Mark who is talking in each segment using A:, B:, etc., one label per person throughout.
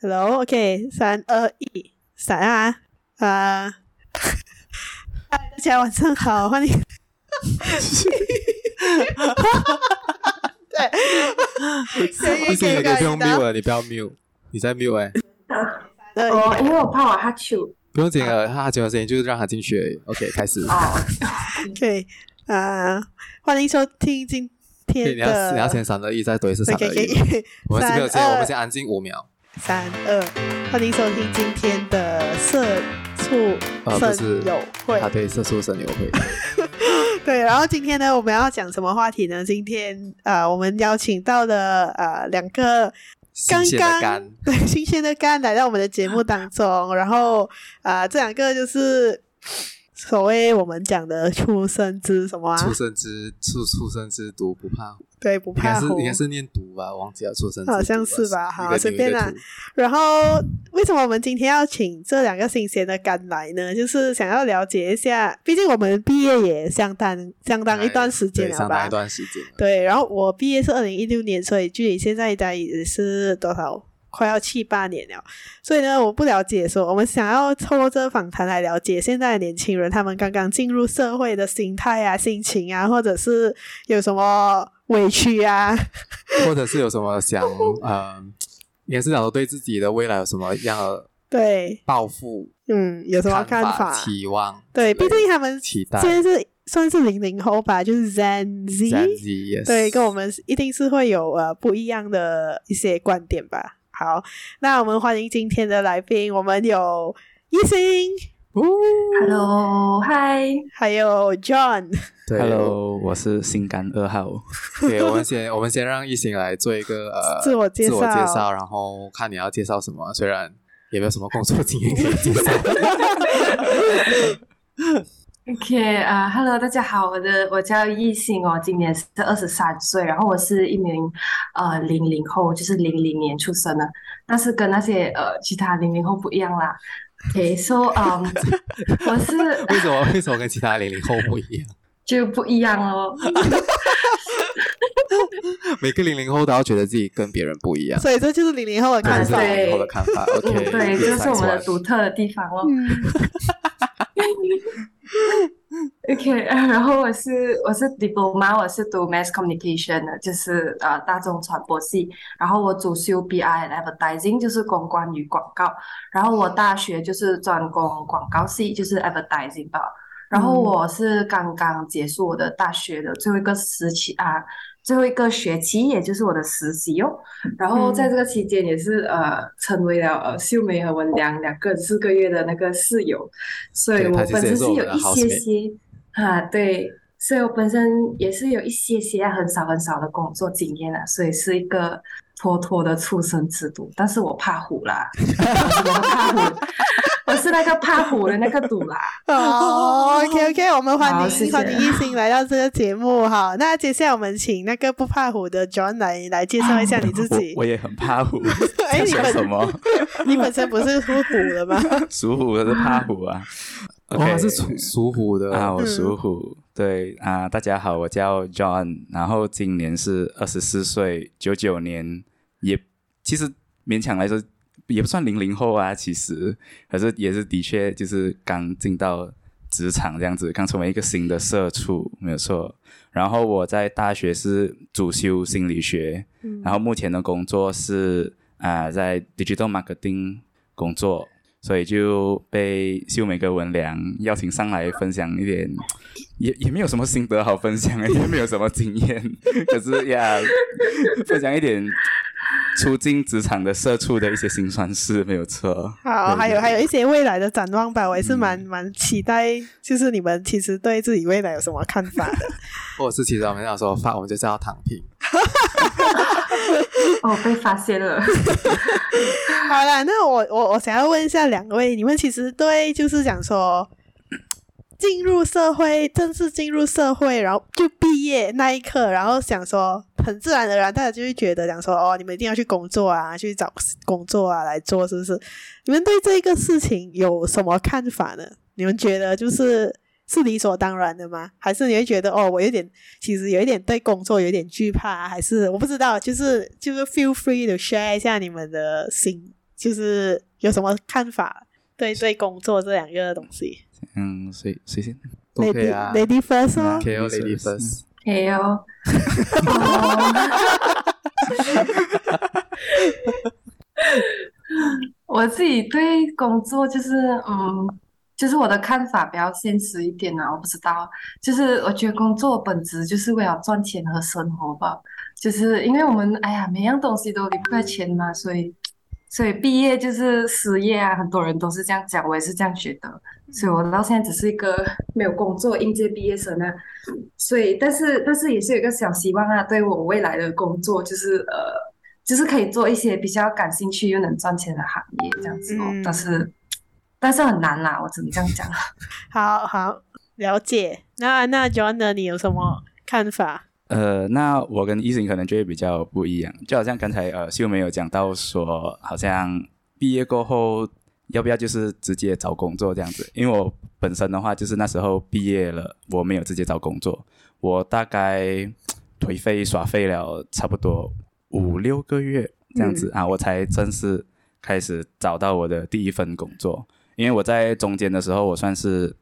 A: Hello，OK，、三二一，闪啊啊！ 嗨、大家晚上好，欢迎。 声音
B: 不行，
A: 可
B: 你
A: 以看
B: 不用
A: 到
B: mute 了，你不要 mute，你在 mute 哎、
A: 二一
C: 哦，因为我怕我哈啾。
B: 不用紧啊了，他他喜欢声音就是让他进去而已。OK，开始。
C: 哦，
A: OK 啊、欢迎收听今天
B: 你要
A: 的。
B: 你要先三二一，再多一次三
A: OK
B: 二
A: OK
B: 一。我们是没有时间，
A: 三二
B: 我们先安静五秒。
A: 三二，欢迎收听今天的社畜
B: 呃，不是
A: 社友会。
B: 啊，对，色素神友会。
A: 对，然后今天呢，我们要讲什么话题呢？今天呃，我们邀请到的呃两个
B: 新
A: 刚
B: 鲜的
A: 刚
B: 肝，
A: 对新鲜的肝来到我们的节目当中，然后啊、呃这两个就是所谓我们讲的出生之什么啊？
B: 出生之出出生之毒不怕虎，
A: 对，不
B: 应该
A: 怕
B: 是
A: 虎
B: 应。该是念毒吧，忘记了出生之毒吧。
A: 好像是吧
B: 一个
A: 好随便啊啦。
B: 牛一个兔
A: 然后为什么我们今天要请这两个新鲜的肝来呢？就是想要了解一下，毕竟我们毕业也相当相当一段时间
B: 哎对
A: 了
B: 相当
A: 吧
B: 一？段时间了。
A: 对，然后我毕业是二零一六年，所以距离现在大概也是多少？快要七八年了，所以呢，我不了解说，我们想要透过这个访谈来了解现在的年轻人，他们刚刚进入社会的心态啊、心情啊，或者是有什么委屈啊，
B: 或者是有什 么想呃，应该是想说对自己的未来有什么样的
A: 对，
B: 抱负、
A: 嗯，有什么看
B: 法、
A: 法？
B: 期望之
A: 对，
B: 类的？
A: 毕竟他们
B: 期待。
A: 现在是算是零零后吧，就是 Gen Z，,
B: Gen Z, yes
A: 对，跟我们一定是会有呃不一样的一些观点吧。好，那我们欢迎今天的来宾，我们有一星，
C: Hello，嗨，
A: 还有 John。
B: 对
D: Hello，我是心肝二号。
B: 对，我们先我们先让一行来做一个呃
A: 自我介绍
B: 自我介绍，然后看你要介绍什么。虽然也没有什么工作经验可以介 绍，
C: OK 啊、h e l l o 大家好，我的我叫艺兴哦，今年是二十三岁，然后我是一名呃零零后，就是零零年出生的，但是跟那些呃其他零零后不一样 啦。OK，so、嗯， 我是
B: 为什么为什么跟其他零零后不一样？
C: 就不一样 哦。
B: 每个零零后都要觉得自己跟别人不一样，
A: 所以这就是零零后的
B: 这
A: 看
B: 是
A: 法。
B: 零零后的看法。
C: 嗯，
B: OK，
C: 对，这是我们的独
B: 独
C: 特的地方哦。
A: 嗯，
C: OK，呃 然后我是我是 diploma，我是读 mass communication 的，就是呃大众传播系。然后我主修 BI and advertising，就是公关与广告。然后我大学就是专攻广告系，就是 advertising 吧。然后我是刚刚结束我的大学的最后一个时期啊，最后一个学期，也就是我的实习哦。然后在这个期间也是呃成为了呃秀梅和文良两个四个月的那个室友，所以
B: 对
C: 我
B: 她其实
C: 本
B: 也是
C: 身是
B: 我
C: 有
B: 们的
C: 一
B: housemate
C: 些些啊，对，所以我本身也是有一些些很少很少的工作经验啊，所以是一个妥妥的出生之犊，但是我怕虎啦， 我是那个怕虎，我是那个怕虎的那个赌啦。
A: 好，OK OK，我哦们欢
C: 好
A: 迎
C: 谢谢
A: 欢迎一星来到这个节目。好，那接下来我们请那个不怕虎的 John 来来介绍一下你自
D: 我
A: 己。
D: 我。也很怕虎
A: 哎
D: 在
A: 你
D: 说
A: 们
D: 什么？
A: 你本身不是属虎的吗？
D: 属虎的是怕虎啊！
B: 哇
D: OK
B: 是属属虎的
D: 啊，我
A: 嗯
D: 属虎。对啊，大家好，我叫 John，然后今年是二十四岁，九九年，也其实勉强来说也不算零零后啊，其实可是也是的确就是刚进到职场这样子，刚成为一个新的社畜，没有错。然后我在大学是主修心理学，
A: 嗯
D: 然后目前的工作是啊、在 digital marketing 工作，所以就被秀美跟文良邀请上来分享一点，也也没有什么心得好分享，也没有什么经验， 可是呀，分享一点初进职场的社畜的一些辛酸事，没有错。
A: 好，
D: 对
A: 还有
D: 对嗯
A: 还有一些未来的展望吧，我也是蛮蛮期待，就是你们其实对自己未来有什么看法的。
B: 或者是其实我们想说发，我们就是要躺平。
C: 哦，被发现了。
A: 好啦，那我我我想要问一下两位，你们其实对就是讲说 进入社会，正式进入社会，然后就毕业那一刻，然后想说很自然而然，大家就会觉得讲说哦，你们一定要去工作啊，去找工作啊来做，是不是？你们对这个事情有什么看法呢？你们觉得就是是理所当然的吗？还是你会觉得哦，我有点其实有一点对工作有点惧怕啊，还是我不知道，就是就是 feel free to share 一下你们的心就是有什么看法对对工作这两个东西
D: 嗯，谁谁先？
B: 都可以啊。
A: ？Lady Lady first 哦
D: Okay
B: KO Lady First，
C: 哎呦，哦 我自己对工作就是，嗯，就是我的看法比较现实一点啊，我不知道，就是我觉得工作本质就是为了赚钱和生活吧，就是因为我们哎呀，每样东西都离不开钱嘛，所以所以毕业就是失业啊，很多人都是这样讲，我也是这样觉得。所以我到现在只是一个没有工作应届毕业生啊，所以但是但是也是有一个小希望啊，对我未来的工作就是呃，就是可以做一些比较感兴趣又能赚钱的行业这样子哦，
A: 嗯
C: 但是但是很难啦，我只能这样讲。
A: 好好了解。那那 John 呢？你有什么看法？
D: 呃，那我跟一行可能就会比较不一样，就好像刚才呃秀梅有讲到说，好像毕业过后要不要就是直接找工作这样子，因为我本身的话就是那时候毕业了，我没有直接找工作，我大概颓废耍废了差不多五六个月这样子、啊，我才正式开始找到我的第一份工作，因为我在中间的时候我算是。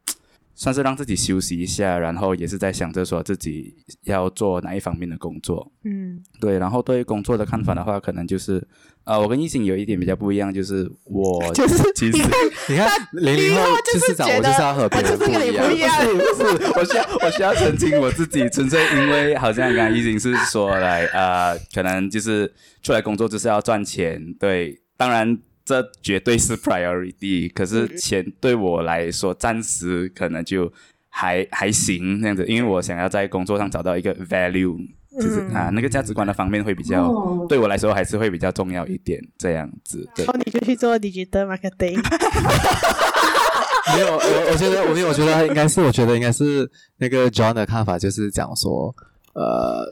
D: 算是让自己休息一下，然后也是在想着说自己要做哪一方面的工作。
A: 嗯
D: 对，然后对于工作的看法的话，可能就是，呃，我跟异性有一点比较不一样，就是我
A: 就是
D: 其实
B: 你看零零后就是长，
A: 觉
B: 我
A: 得
B: 就是要和别
A: 我
B: 人
A: 就是跟你
B: 样
A: 不。一样。
D: 不是，我需要我需要澄清我自己，纯粹因为好像刚刚已经是说来呃，可能就是出来工作就是要赚钱，对，当然这绝对是 priority，可是钱对我来说暂时可能就还还行这样子，因为我想要在工作上找到一个 value，就是
A: 嗯
D: 啊、那个价值观的方面会 比较。
C: 哦
D: 对我来说还是会比较重要一点，这样子。对
A: 然，哦后你就去做 digital marketing，
B: 没有，我我觉得，我没有，我觉得应该是，我觉得应该是那个 John 的看法，就是讲说，呃，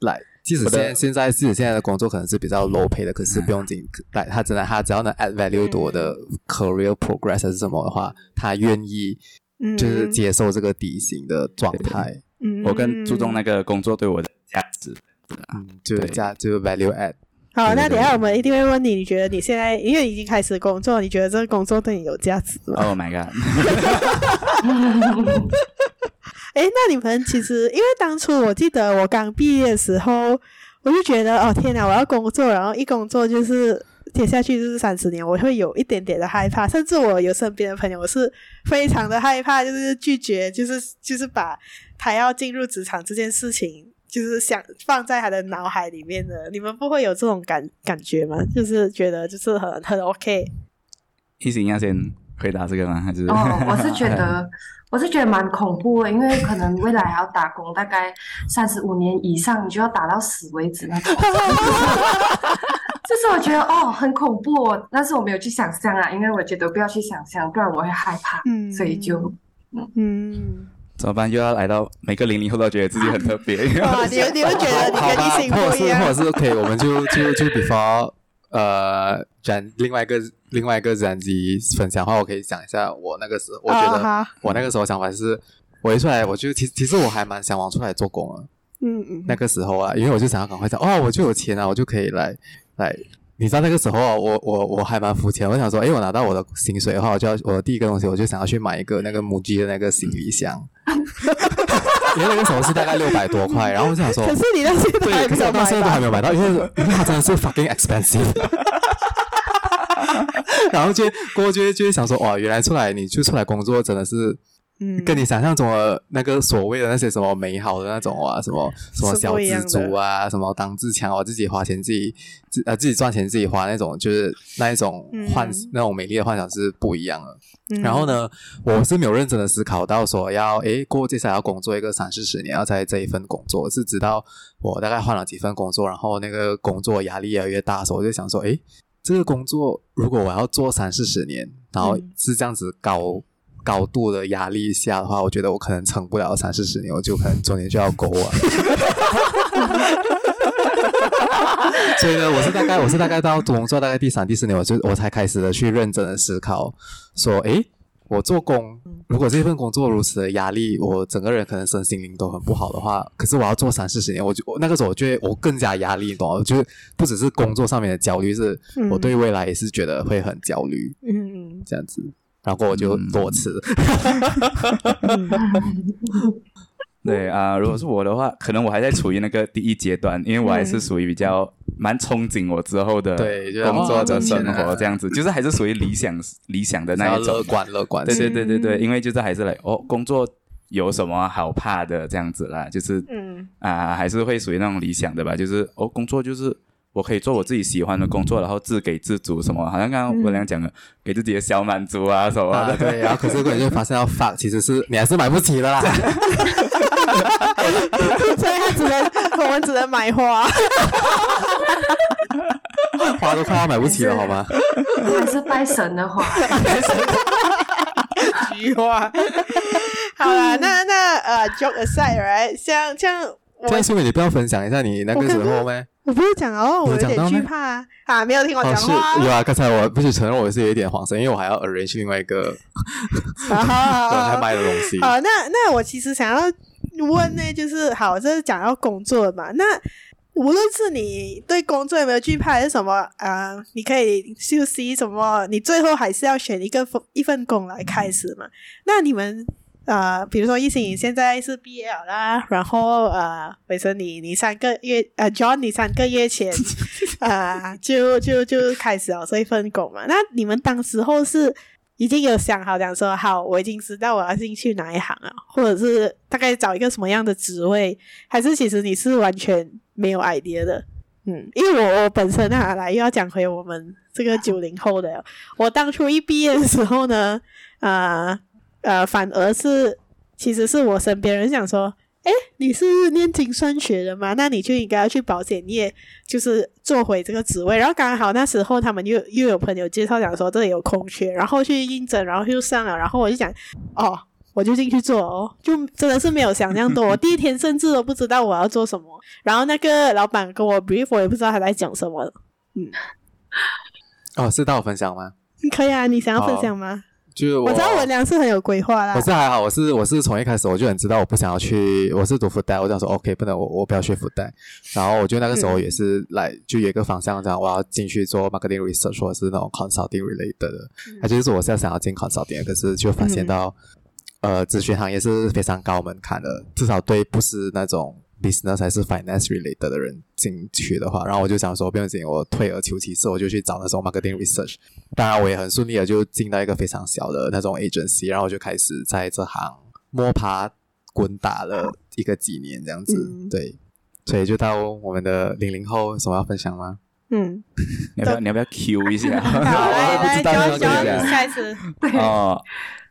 B: 来，即使
D: 我的
B: 现在现在即使现在的工作可能是比较 low pay 的，可是不用紧，来，他真的他只要能 add value
A: 嗯
B: 对我的 career progress 还是什么的话，他愿意
A: 嗯，
B: 就是接受这个底薪的状态，
A: 嗯，
D: 我更注重那个工作对我的价值。
B: 嗯，就
D: 对
B: 加就是 value add。
A: 好，那
B: 对对
A: 等一下我们一定会问你，你觉得你现在因为你已经开始工作，你觉得这个工作对你有价值
B: 哦
A: 吗？
D: Oh my god！
A: 诶，那你们其实因为当初我记得我刚毕业的时候，我就觉得哦天哪，我要工作，然后一工作就是接下去就是三十年，我会有一点点的害怕，甚至我有身边的朋友是非常的害怕，就是拒绝，就是就是把他要进入职场这件事情。就是想放在他的脑海里面的，你们不会有这种感感觉吗？就是觉得就是很很 OK，
D: 一行要先回答这个吗？还是？
C: 哦，我是觉得， 我是觉得蛮恐怖的，因为可能未来还要打工，大概三十五年以上，你就要打到死为止那种。就是我觉得哦，很恐怖哦，但是我没有去想象啊，因为我觉得不要去想象，不然我会害怕，
A: 嗯
C: 所以就
A: 嗯，
D: 怎么办？又要来到每个零零后都觉得自己很特 别。
C: 哦
A: 哇，你你会觉得你
B: 好
A: 跟异
B: 吧，
A: 性不
B: 啊或者
A: 一
B: 是
A: 样
B: 或者是 OK，我们就就就 before 呃，然另外一个另外一个染机分享的话，我可以讲一下我那个时候，我觉
A: 啊
B: 得
A: 哈
B: 我那个时候想法是，我一出来我就其实其实我还蛮向往出来做工的，
A: 嗯嗯，
B: 那个时候啊，因为我就想要赶快讲，哦，我就有钱啊，我就可以来来。你知道那个时候啊，我我我还蛮肤浅，我想说，诶，我拿到我的薪水的话，我就要我的第一个东西，我就想要去买一个那个母鸡的那个行李 箱，因为那个时候是大概六百多块，然后我就想说，
A: 可是你那些都还
B: 对，可
A: 没
B: 是
A: 有
B: 我到
A: 买
B: 现在都
A: 吧
B: 还没有买到，因为因为它真的是 fucking expensive。然后就过后就会就会想说，哇，原来出来你就出来工作，真的是
A: 嗯
B: 跟你想象中的那个所谓的那些什么美好的那种啊，什么什么
A: 是
B: 小
A: 不一样
B: 资
A: 的
B: 族啊，什么当自强啊，自己花钱自己自呃自己赚钱自己花那种，就是那一种幻、
A: 嗯
B: 那种美丽的幻想是不一样的。然后？呢，我是没有认真的思考到说要诶过接下来要工作一个三四十年，要在这一份工作，是直到我大概换了几份工作，然后那个工作压力越来越大的时候，我就想说，诶，这个工作如果我要做三四十年，然后
A: 嗯
B: 是这样子高、高度的压力下的话，我觉得我可能撑不了三四十年，我就可能中间就要勾啊。所以呢，我是大概我是大概到工作大概第三、第四年，我就我才开始的去认真的思考，说，诶，我做工，
A: 嗯
B: 如果这份工作如此的压力，我整个人可能身心灵都很不好的话，可是我要做三四十年，我就我那个时候我觉得我更加压力，你懂吗？就是不只是工作上面的焦虑，是我对未来也是觉得会很焦虑
A: 嗯
B: 这样子。然后我就
D: 嗯
B: 裸辞，
A: 嗯
D: 对啊、如果是我的话，可能我还在处于那个第一阶段，因为我还是属于比较蛮憧憬我之后的
B: 对就是
D: 工作的
A: 哦
D: 生
B: 挣钱
D: 活
B: 啊
D: 这样子，就是还是属于理想理想的那
B: 要
D: 一
B: 乐
D: 种。
B: 观乐观，啊
D: 对对
A: 嗯
D: 对对对，因为就是还是来哦，工作有什么好怕的这样子啦，就是
A: 嗯
D: 啊、还是会属于那种理想的吧，就是哦，工作就是我可以做我自己喜欢的工作，然后自给自足什么，好像刚刚文良讲的，给自己的小满足啊什么
B: 啊
D: 的。
B: 对，然后可是你就发现到 fuck，其实是你还是买不起的啦。
A: 所以他只能我们只能买 花。
B: 花都快要买不起了，好吗？
C: 还是拜神的 话，
A: 菊花。好啦，那那呃，joke aside，right，像像我
B: 这样说明你不要分享一下你那个时候咩？
A: 我不是讲哦，我
B: 有
A: 有
B: 讲
A: 点
B: 到
A: 惧
B: 吗
A: 怕啊啊，没有听我讲
B: 哦，是
A: 话
B: 有。啊，刚才我必须承认我是有一点慌神，因为我还要 arrange 另外一个
A: 好 好
B: 我啊还
A: 好
B: 卖的东西。
A: 好，那那我其实想要问呢，就是好，这是讲到工作嘛，那。无论是你对工作有没有惧怕，还是什么啊、呃你可以休息什么，你最后还是要选一个工一份工来开始嘛。那你们呃，比如说一心你现在是毕业了啦，然后呃，伟生你你三个月呃，John 你三个月前啊、呃就就就开始了这一份工嘛。那你们当时候是已经有想好讲说好，我已经知道我要进去哪一行了，或者是大概找一个什么样的职位，还是其实你是完全没有 idea 的？嗯，因为我我本身啊，来又要讲回我们这个九零后的了，我当初一毕业的时候呢，啊呃，反而是其实是我身边人想说，哎，你是念精算学的吗？那你就应该要去保险业，就是做回这个职位。然后刚好那时候他们又又有朋友介绍讲说这里有空缺，然后去应征，然后就上了。然后我就想，哦，我就进去做哦，就真的是没有想 象多。我第一天甚至都不知道我要做什么，然后那个老板跟我 brief，我也不知道他在讲什么。
B: 哦，是到我分享吗？
A: 可以啊，你想要分享吗？
B: 就是我啊
A: 我知道文良是很有规划啦
B: 我。是还好，我是我是从一开始我就很知道我不想要去，我是读复旦，我想说 OK，不能我我不要学复旦，然后我就那个时候也是来、就有一个方向，讲我要进去做 marketing research 或者是那种 consulting related 的，它、就是我现在想要进 consulting，可是就发现到、呃咨询行业是非常高门槛的，至少对不是那种 business 还是 finance related 的人进去的话，然后我就想说不用紧，我退而求其次，我就去找那种 marketing research，当然我也很顺利的就进到一个非常小的那种 agency，然后我就开始在这行摸爬滚打了一个几年这样子，
A: 嗯
B: 对，所以就到我们的零零后有什么要分享吗？
A: 嗯，
D: 你要不要你要不要 Q 一下？
A: 好，
B: 我
A: 来来
B: 不知道
A: ，John
B: 这个
A: John
B: 东西
A: 开始。
C: 对，
D: 哦，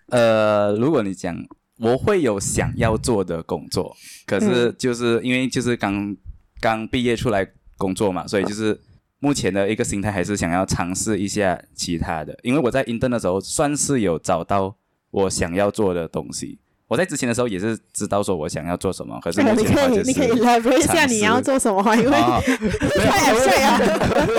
D: 呃，如果你讲我会有想要做的工作，可
A: 嗯
D: 是就是因为就是刚刚毕业出来工作嘛，所以就是目前的一个心态还是想要尝试一下其他的。因为我在 intern 的时候算是有找到我想要做的东西。我在之前的时候也是知道说我想要做什么，可是目
A: 你
D: 前的
A: 可
D: 话就
A: 以哦
D: 是
A: 你可以 elaborate 一下你要做什么，因为
B: 哦
D: 啊，
A: 太 abstract 了。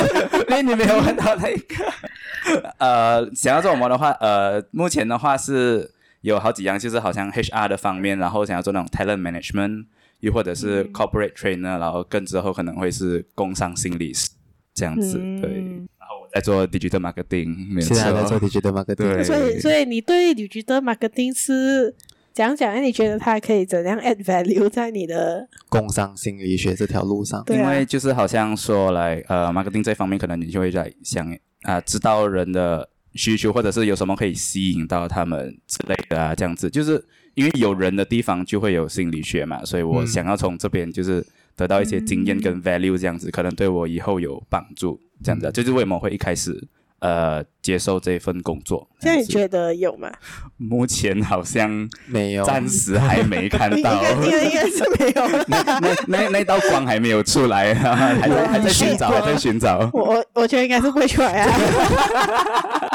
D: 因为你没有问到那个。 呃，想要做什么的话，呃，目前的话是有好几样，就是好像 HR 的方面，然后想要做那种 talent management，又或者是
A: 嗯
D: corporate trainer，然后更之后可能会是工商心理师这样子，对。
A: 嗯
D: 然后我在做 digital marketing，没有
B: 现在在
D: 错
B: 做 digital marketing，
D: 对
A: 所以，所以你对旅居的 marketing 是讲讲，哎你觉得它可以怎样 add value 在你 的？
B: 工商心理学这条路上，
A: 对啊
D: 因为就是好像说来呃，marketing 这方面，可能你就会在想啊、知道人的需求，或者是有什么可以吸引到他们之类的啊，这样子，就是因为有人的地方就会有心理学嘛，所以我
B: 嗯
D: 想要从这边就是得到一些经验
A: 嗯
D: 跟 value，这样子，可能对我以后有帮助，这样子啊，这就是为什么会一开始呃接受这份工作。
A: 那你
D: 子
A: 觉得有吗？
D: 目前好像
B: 没有，
D: 暂时还没 看
A: 应
D: 到
A: 该。应该应该是没有 啦。
D: 那那那那道光还没有出来，啊还在还在寻找，还在寻找。
A: 我我我觉得应该是不会出来啊。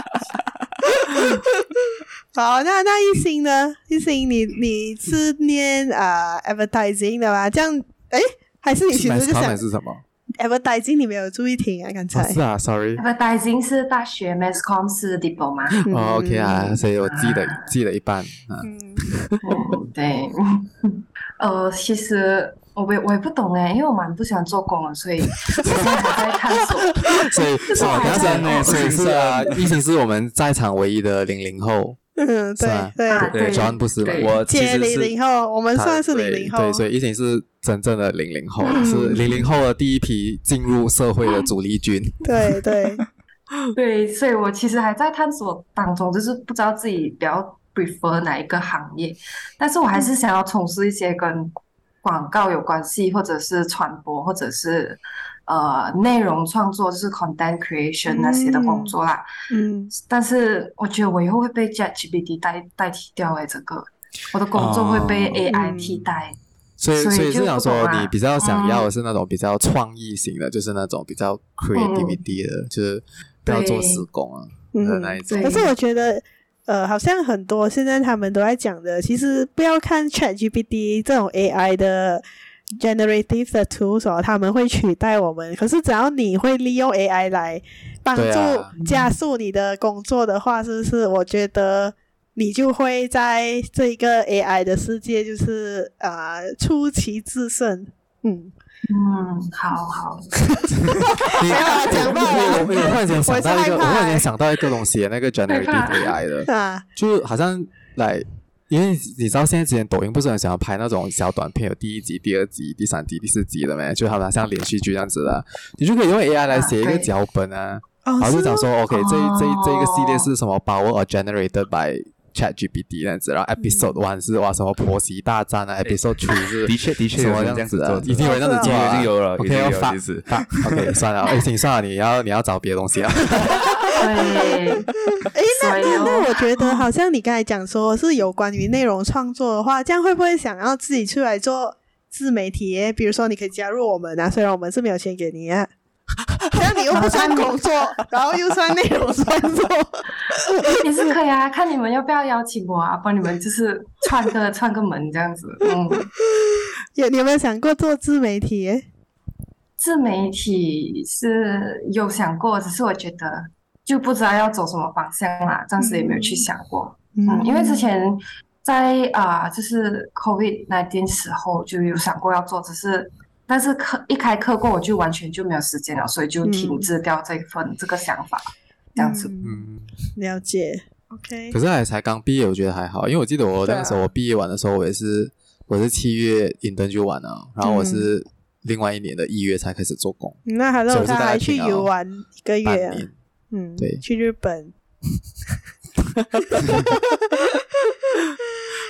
A: 好，那那一星呢？一星你，你是念啊、呃 advertising 的吗？这样，哎，还是你其实
B: mass
A: 就想
B: comment 是什么？
A: advertising 你没有注意听啊，刚才。
B: 哦是啊，sorry。
C: Advertising 是大学，Masscom 是 diploma。
B: 哦，OK 啊，所以我记得记得一半啊。
A: 嗯，
C: 嗯， 对，呃，其实我也我也不懂哎，因为我蛮不喜欢做工的，所以我现在还在探索。
B: 所以
C: 这是
B: 哦
C: 我
B: 等一下
C: 真的
B: 所以
D: 是
B: 是啊，一行是我们在场唯一的零零后，
A: 嗯，
B: 是啊
A: 对对。
C: 啊对
B: ，John 不是吧
C: 对
B: 我
D: 我其
A: 接
D: 实
A: 零
D: 是
A: 零后，我们
B: 他
A: 算是零
B: 对
A: 零后，嗯
B: 对，所以一行是真正的零零后，是零零后的第一批进入社会的主力 军。
A: 对对
C: 对，所以我其实还在探索当中，就是不知道自己比较 prefer 哪一个行业，但是我还是想要从事一些跟广告有关系，或者是传播，或者是呃内容创作，就是 content creation 那些的工
A: 嗯
C: 作啦。
A: 嗯，
C: 但是我觉得我以后会被 ChatGPT 代代替掉诶，这个我的工作会被
D: 哦
C: AI
A: 嗯
C: 替代。
B: 所以，
C: 所以
B: 所以
C: 就是
B: 想
C: 不
B: 说，
C: 懂啊
B: 你比较想
A: 嗯
B: 要的是那种比较创意型的，就是那种比较 creativity 的，就是不要做死工啊
A: 嗯
B: 的那一种。
A: 可
C: 对
A: 是我觉得，呃，好像很多现在他们都在讲的，其实不要看 ChatGPT 这种 AI 的 generative 的 tools 哦，他们会取代我们。可是只要你会利用 AI 来帮
B: 对啊
A: 助加速你的工作的话，是不是？我觉得。你就会在这一个 AI 的世界，就是啊、呃出奇制胜。嗯，
C: 嗯，好好，
B: 你
A: 没有啊讲到了
B: 我我我忽然间想到一
A: 我是
B: 个，我
A: 害怕
B: 忽然间想到一个东西， 那个 generative AI 的，
A: 啊，
B: 就是好像来，因为你知道现在之前抖音不是很喜欢拍那种小短片，有第一集、第二集、第三集、第四集的没？就好像像连续剧这样子的，你就可以用 AI 来写一
C: 啊
B: 个
C: 对
B: 脚本啊，
A: 哦，
B: 然后就是讲
A: 哦
B: 说，OK，这一这一这一个系列
C: 哦
B: 是什么？Power or generated by ChatGPT 这样子，然后 Episode One 是哇什么婆媳大战啊，Episode Three 是
D: 的确的确
B: 什
D: 有
B: 么
D: 人
B: 这样
D: 这样
B: 子
D: 子
B: 的
D: 做，
B: 已经有人这样子做了
D: 已经有了已
B: OK，
D: 经
B: 要
D: 有
B: 发
D: 其实
B: 发 OK，算了，哎，请算了，你要你要找别的东西啊。
C: 对，
A: 诶，那
C: 所以
A: 那
C: 哦
A: 那，我觉 得好像你刚才讲说是有关于内容创作的话，这样会不会想要自己出来做自媒体？比如说，你可以加入我们啊，虽然我们是没有钱给你 啊，但你又不算工作，然后又算内容创作，
C: 也是可以啊，看你们要不要邀请我啊，帮你们就是串个串个门这样子。嗯，
A: 有你有没有想过做自媒体？
C: 自媒体是有想过，只是我觉得就不知道要走什么方向啦，暂时也没有去想过。嗯，因为之前在啊、就是 COVID 那天时候就有想过要做，只是但是课一开课过我就完全就没有时间了，所以就停滞掉这份这个想法，这样子。
A: 嗯
B: 嗯，
A: 了解。OK，
B: 可是还才刚毕业，我觉得还好，因为我记得我
A: 啊
B: 那个时候我毕业完的时候，我也是我是七月 intern 就完了，然
A: 嗯
B: 后我是另外一年的一月才开始做工，
A: 那还
B: 所以
A: 有
B: 我是
A: 他
B: 大概
A: 还去
B: 停了
A: 游玩一个
B: 半
A: 月啊，
B: 年。
A: 嗯，
B: 对
A: 去日本，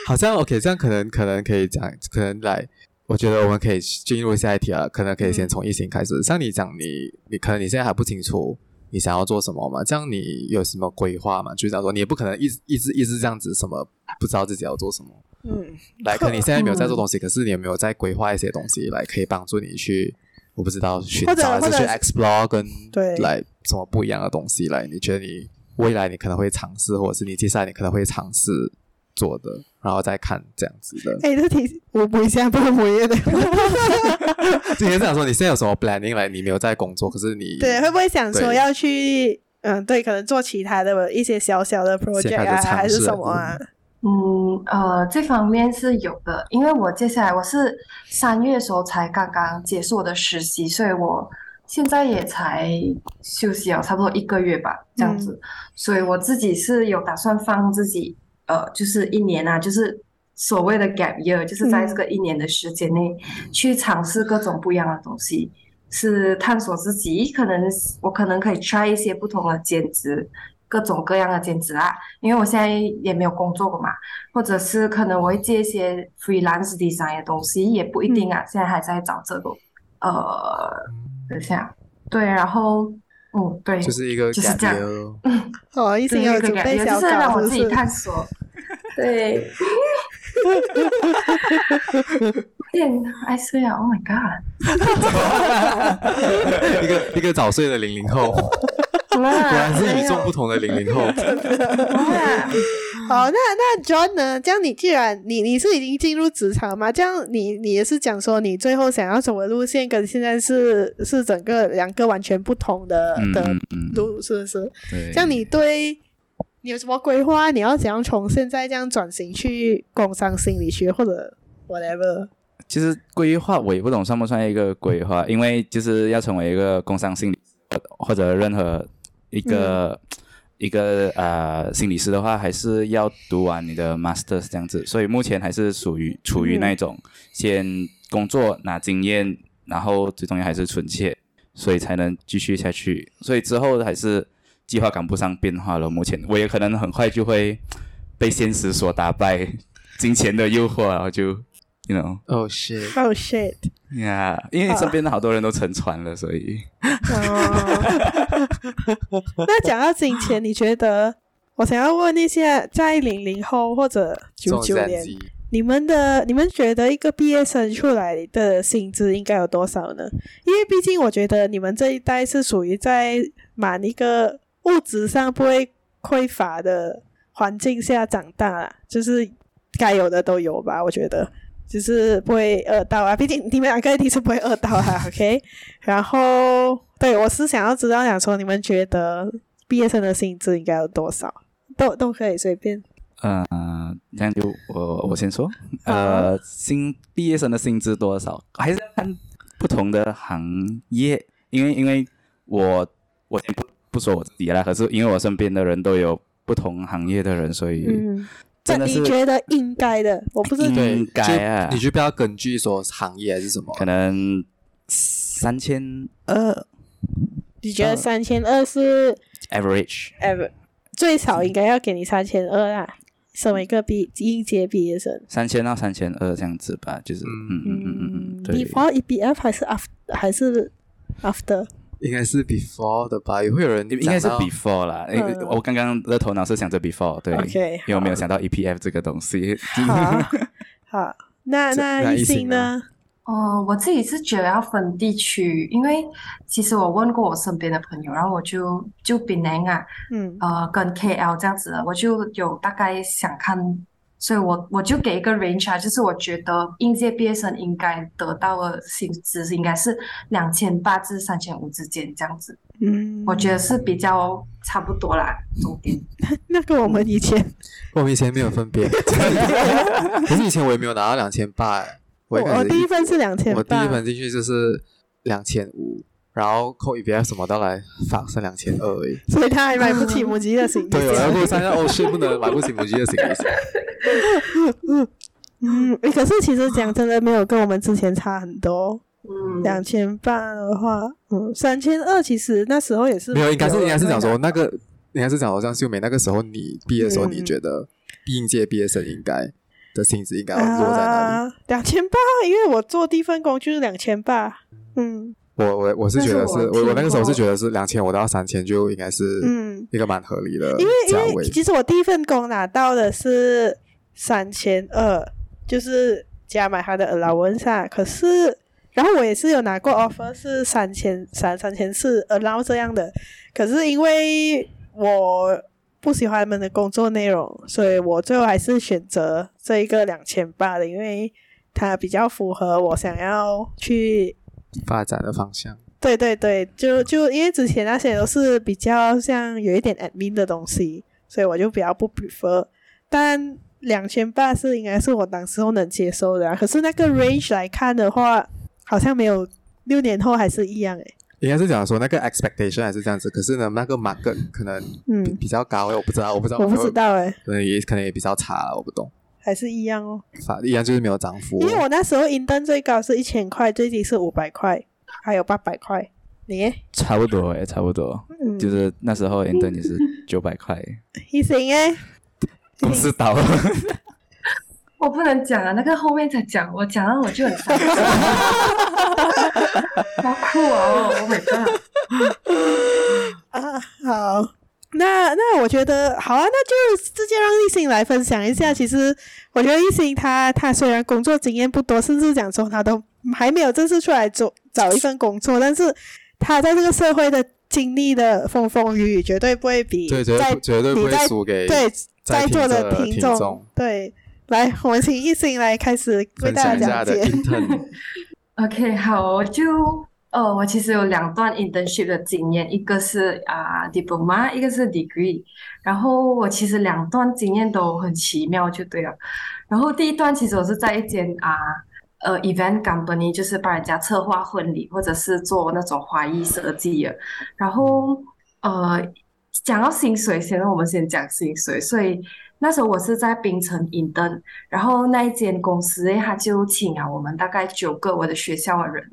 B: 好像 OK，这样可能可能可以讲，可能来，我觉得我们可以进入下一题啊了，可能可以
A: 嗯
B: 先从疫情开始。像你讲你，你可能你现在还不清楚你想要做什么嘛？这样你有什么规划嘛？就是讲说，你也不可能一直一直一直这样子，什么不知道自己要做什么。
A: 嗯，
B: 来，可能你现在没有在 做东西，可是你有没有在规划一些东西来可以帮助你去，我不知道寻
A: 或者
B: 找还
A: 或
B: 是
A: 者
B: 去
A: 是
B: explore 跟
A: 对
B: 来什么不一样的东西来？你觉得你未来你可能会尝试，或者是你接下来你可能会尝试做的，然后再看这样子的。
A: 哎、这挺我补一下，不然我也 得。
B: 今天这样说，你现在有什么 planning 来？你没有在工作，可是你
A: 对，会不会想说
B: 对
A: 要去？嗯，对，可能做其他的一些小小的
B: 先
A: project
B: 开始
A: 啊，
B: 尝
A: 还是
B: 试
A: 什么啊？
C: 嗯，呃，这方面是有的，因为我接下来我是三月的时候才刚刚结束我的实习，所以我现在也才休息了差不多一个月吧，这样子，所以我自己是有打算放自己，呃，就是一年啊，就是所谓的 gap year，就是在这个一年的时间内去尝试各种不一样的东西，是探索自己，可能我可能可以 try 一些不同的兼职，各种各样的兼职啊，因为我现在也没有工作过嘛。或者是可能我会接一些 freelance design 的东西，也不一定啊，现在还在找这个，呃，等一下，对，然后，嗯，对，
B: 嗯就是一个
C: 就是
B: 感
C: 这样
B: 觉 哦。
A: 哦，一
C: 对
A: 心有
C: 那个
A: 准
C: 感
A: 备
C: 觉，
A: 小
C: 就是让
A: 稿，
C: 我
A: 是
C: 自
A: 不是？
C: 己 探索，对，点爱睡啊，Oh my god，
B: 一个一个早睡的零零后，
C: 嗯，啦，
B: 果然是
C: 哎
B: 与
C: 呦
B: 众不同的零零 后。
C: 哇
A: 哦好，那那 John 呢？这样你既然你你是已经进入职场了嘛，这样你你也是讲说你最后想要走的路线跟现在是是整个两个完全不同的
D: 嗯
A: 的
D: 嗯嗯，
A: 路，是不是？
D: 对，
A: 像你对你有什么规划？你要怎样从现在这样转型去工商心理学或者 whatever？
D: 其实规划我也不懂算不算一个规划，因为就是要成为一个工商心理师或者任何一个、一个呃心理师的话，还是要读完你的 master 这样子，所以目前还是属于处于
A: 嗯
D: 那种先工作拿经验，然后最重要还是存钱，所以才能继续下去，所以之后还是计划赶不上变化了。目前我也可能很快就会被现实所打败，金钱的诱惑，然后就。You know，
B: 哦，是，
A: 哦、oh、shit！
D: 呀因为身边的好多人都沉船了，所以
A: 哦，那讲到金钱，你觉得我想要问一下，在零零后或者九
B: 中
A: 九
B: 产
A: 年，
B: 级
A: 你们的你们觉得一个毕业生出来的薪资应该有多少呢？因为毕竟我觉得你们这一代是属于在满一个物质上不会匮乏的环境下长大啦，就是该有的都有吧，我觉得。就是不会饿到啊，毕竟你们两个一定是不会饿到啦，OK？然后，对我是想要知道，想说你们觉得毕业生的薪资应该有多少？都都可以随便。
D: 呃，这样就我我先说，
A: 好
D: 呃，新毕业生的薪资多少，还是要看不同的行业，因为因为我我先不不说我自己啦，可是因为我身边的人都有不同行业的人，所以
A: 嗯，
D: 真的
A: 你
D: 是
A: 觉得应该的，我不是
D: 应
B: 对，
D: 该啊
B: 就你就不要根据说行业还是什么，
D: 可能三千二
A: 你觉得三千二是
D: average，
A: 呃最少应该要给你三千二啦。身为一个毕应届毕业生，
D: 三千到三千二这样子吧，就是嗯嗯嗯嗯嗯，对。
A: ，before EBF 啊还是 after 还是 after？
B: 应该是 before 的吧？也会有人
D: 应该是
B: 讲到
D: before 啦，因为
A: 嗯
D: 我刚刚的头脑是想着 before，对
A: OK，
D: 因为我没有想到 EPF 这个东西。
A: 好，好，那
B: 这
A: 那
B: 那
A: 一
B: 一
A: 心
B: 心
A: 呢？
C: 哦，我自己是觉得要分地区，因为其实我问过我身边的朋友，然后我就就槟城啊，
A: 嗯
C: 呃，跟 KL 这样子的，我就有大概想看，所以我我就给一个 range 啊，就是我觉得应届毕业生应该得到的薪资应该是两千八至三千五之间这样子，
A: 嗯，
C: 我觉得是比较差不多啦，中间。
A: 嗯那个我们以前
B: 我们以前没有分 别，可是以前我也没有拿到两千八，
A: 我
B: 一开
A: 我
B: 始
A: 第一份是两千
B: 我第
A: 八，
B: 一份进去就是两千五，然后扣 EBF 什么都来，反剩两千二而已。
A: 所以他还买不起母鸡的行李
B: 对，我要
A: 箱。
B: 过三下哦，是不能买不起母鸡的行李箱。
A: 嗯，可是其实讲真的，没有跟我们之前差很多。
C: 嗯，
A: 两千八的话，嗯，三千二其实那时候也是
B: 没有，应该是应该是讲说
A: 蛮
B: 那个，应该是讲说像秀美那个时候你毕业的时候，
A: 嗯
B: 你觉得应届毕业生应该的薪资应该要落在哪里？
A: 啊，两千八，因为我做第一份工就是两千八，嗯
B: 我我我是觉得
C: 但是
B: 是
C: 我
B: 我我那个时候
C: 听过
B: 是觉得是两千五到三千就应该是
A: 嗯，
B: 一个蛮合理的
A: 因为
B: 价
A: 因为
B: 位。
A: 其实我第一份工拿到的是三千二，就是加买他的 allowance 啊，可是。然后我也是有拿过 offer 是三千三、三千四 allow 这样的，可是因为我不喜欢他们的工作内容，所以我最后还是选择这一个两千八的，因为它比较符合我想要去。
B: 发展的方向。
A: 对对对，就就因为之前那些都是比较像有一点 admin 的东西，所以我就比较不 prefer。但两千八是应该是我当时候能接受的、啊，可是那个 range 来看的话，好像没有六年后还是一样欸诶。
B: 应该是讲说那个 expectation 还是这样子，可是呢，那个 market 可能比、
A: 嗯，
B: 比较高，我不知道，我不知道，
A: 我不知，道诶，
B: 可能也可能也比较差，我不懂。
A: 还是一样哦。
B: 反一样就是没有涨幅。
A: 因为我那时候银灯最高是一千块，最低是五百块，还有八百块。你呢，
D: 差不多哎，差不多，
A: 嗯，
D: 就是那时候 intern 也是九百 块，
A: 一行哎，
D: 公司倒了，
C: 我不能讲啊，那个后面再讲，我讲了我就很伤心。好酷哦，Oh my god！
A: 啊，好，那那我觉得好啊，那就直接让一心来分享一下。其实我觉得一心他他虽然工作经验不多，甚至讲说他都还没有正式出来做找一份工作，但是他在这个社会的经历的风风雨雨绝对不会比
B: 对，绝
A: 在
B: 对绝对不
A: 你在
B: 会输给
A: 对
B: 在
A: 在
B: 听
A: 座
B: 着
A: 的
B: 的
A: 听
B: 众
A: 众，对，来，我们请一心来开始为
B: 分
A: 大
B: 享一
A: 家
B: 下
A: 讲
B: 的
A: 解。
B: intern，
C: OK，好，我就呃，我其实有两段 internship 的经验，一个是啊、diploma，一个是 degree。然后我其实两段经验都很奇妙，就对了。然后第一段其实我是在一间啊呃 event company，就是帮人家策划婚礼或者是做那种花艺设计的。然后呃，讲到薪水先，我们先讲薪水。所以那时候我是在槟城 intern。然后那一间公司，诶他就请了我们大概九个我的学校的人，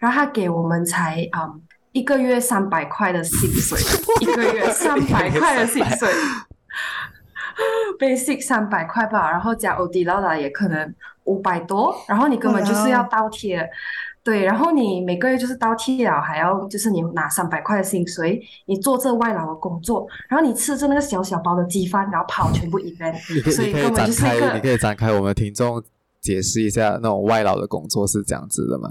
C: 然后他给我们才嗯一个月三百块的薪水，一个 月三百块的薪水，basic 三百块吧，然后加 OD 到达也可能五百多，然后你根本就是要倒贴。对，然后你每个月就是倒贴了，还要就是你拿三百块的薪水，你做这外劳的工作，然后你吃着那个小小包的鸡饭，然后跑全部 event，
B: 你可以
C: 所以
B: 你可以
C: 根本
B: 展
C: 就是一个
B: 开，你可以展开我们听众解释一下那种外劳的工作是这样子的吗？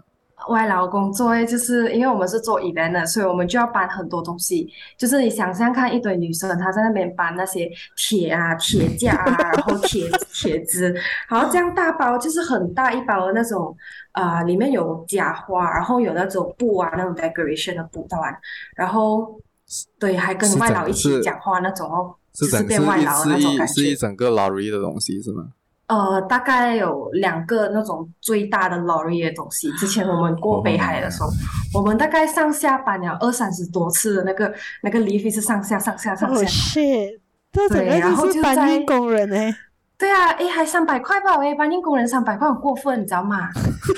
C: 外劳工作诶，就是因为我们是做 event 的，所以我们就要搬很多东西。就是你想象看，一堆女生她在那边搬那些铁啊、铁架啊，然后铁铁枝，然后这样大包就是很大一包的那种，啊、里面有假花，然后有那种布啊，那种 decoration 的布当然，然后对，还跟
B: 是
C: 外
B: 整
C: 劳
B: 个
C: 一起
B: 是
C: 讲话那种哦，
B: 是
C: 就是
B: 整
C: 变外劳的
B: 是
C: 那
B: 一
C: 种
B: 是一
C: 感
B: 是一
C: 觉。
B: 整个 lorry 的东西是吗？
C: 呃，大概有两个那种最大的 lorry 的东西。之前我们过北海的时候，
B: 哦
C: 我们大概上下班了二三十多次的那个那个 leave 是上下上下上
A: 哦
C: 下。
A: shit，这整
C: 对
A: 个
C: 然后
A: 就是
C: 就
A: 搬
C: 在
A: 运工人哎、
C: 对啊，诶，还三百块吧，诶，搬运工人三百块很过分，你知道吗？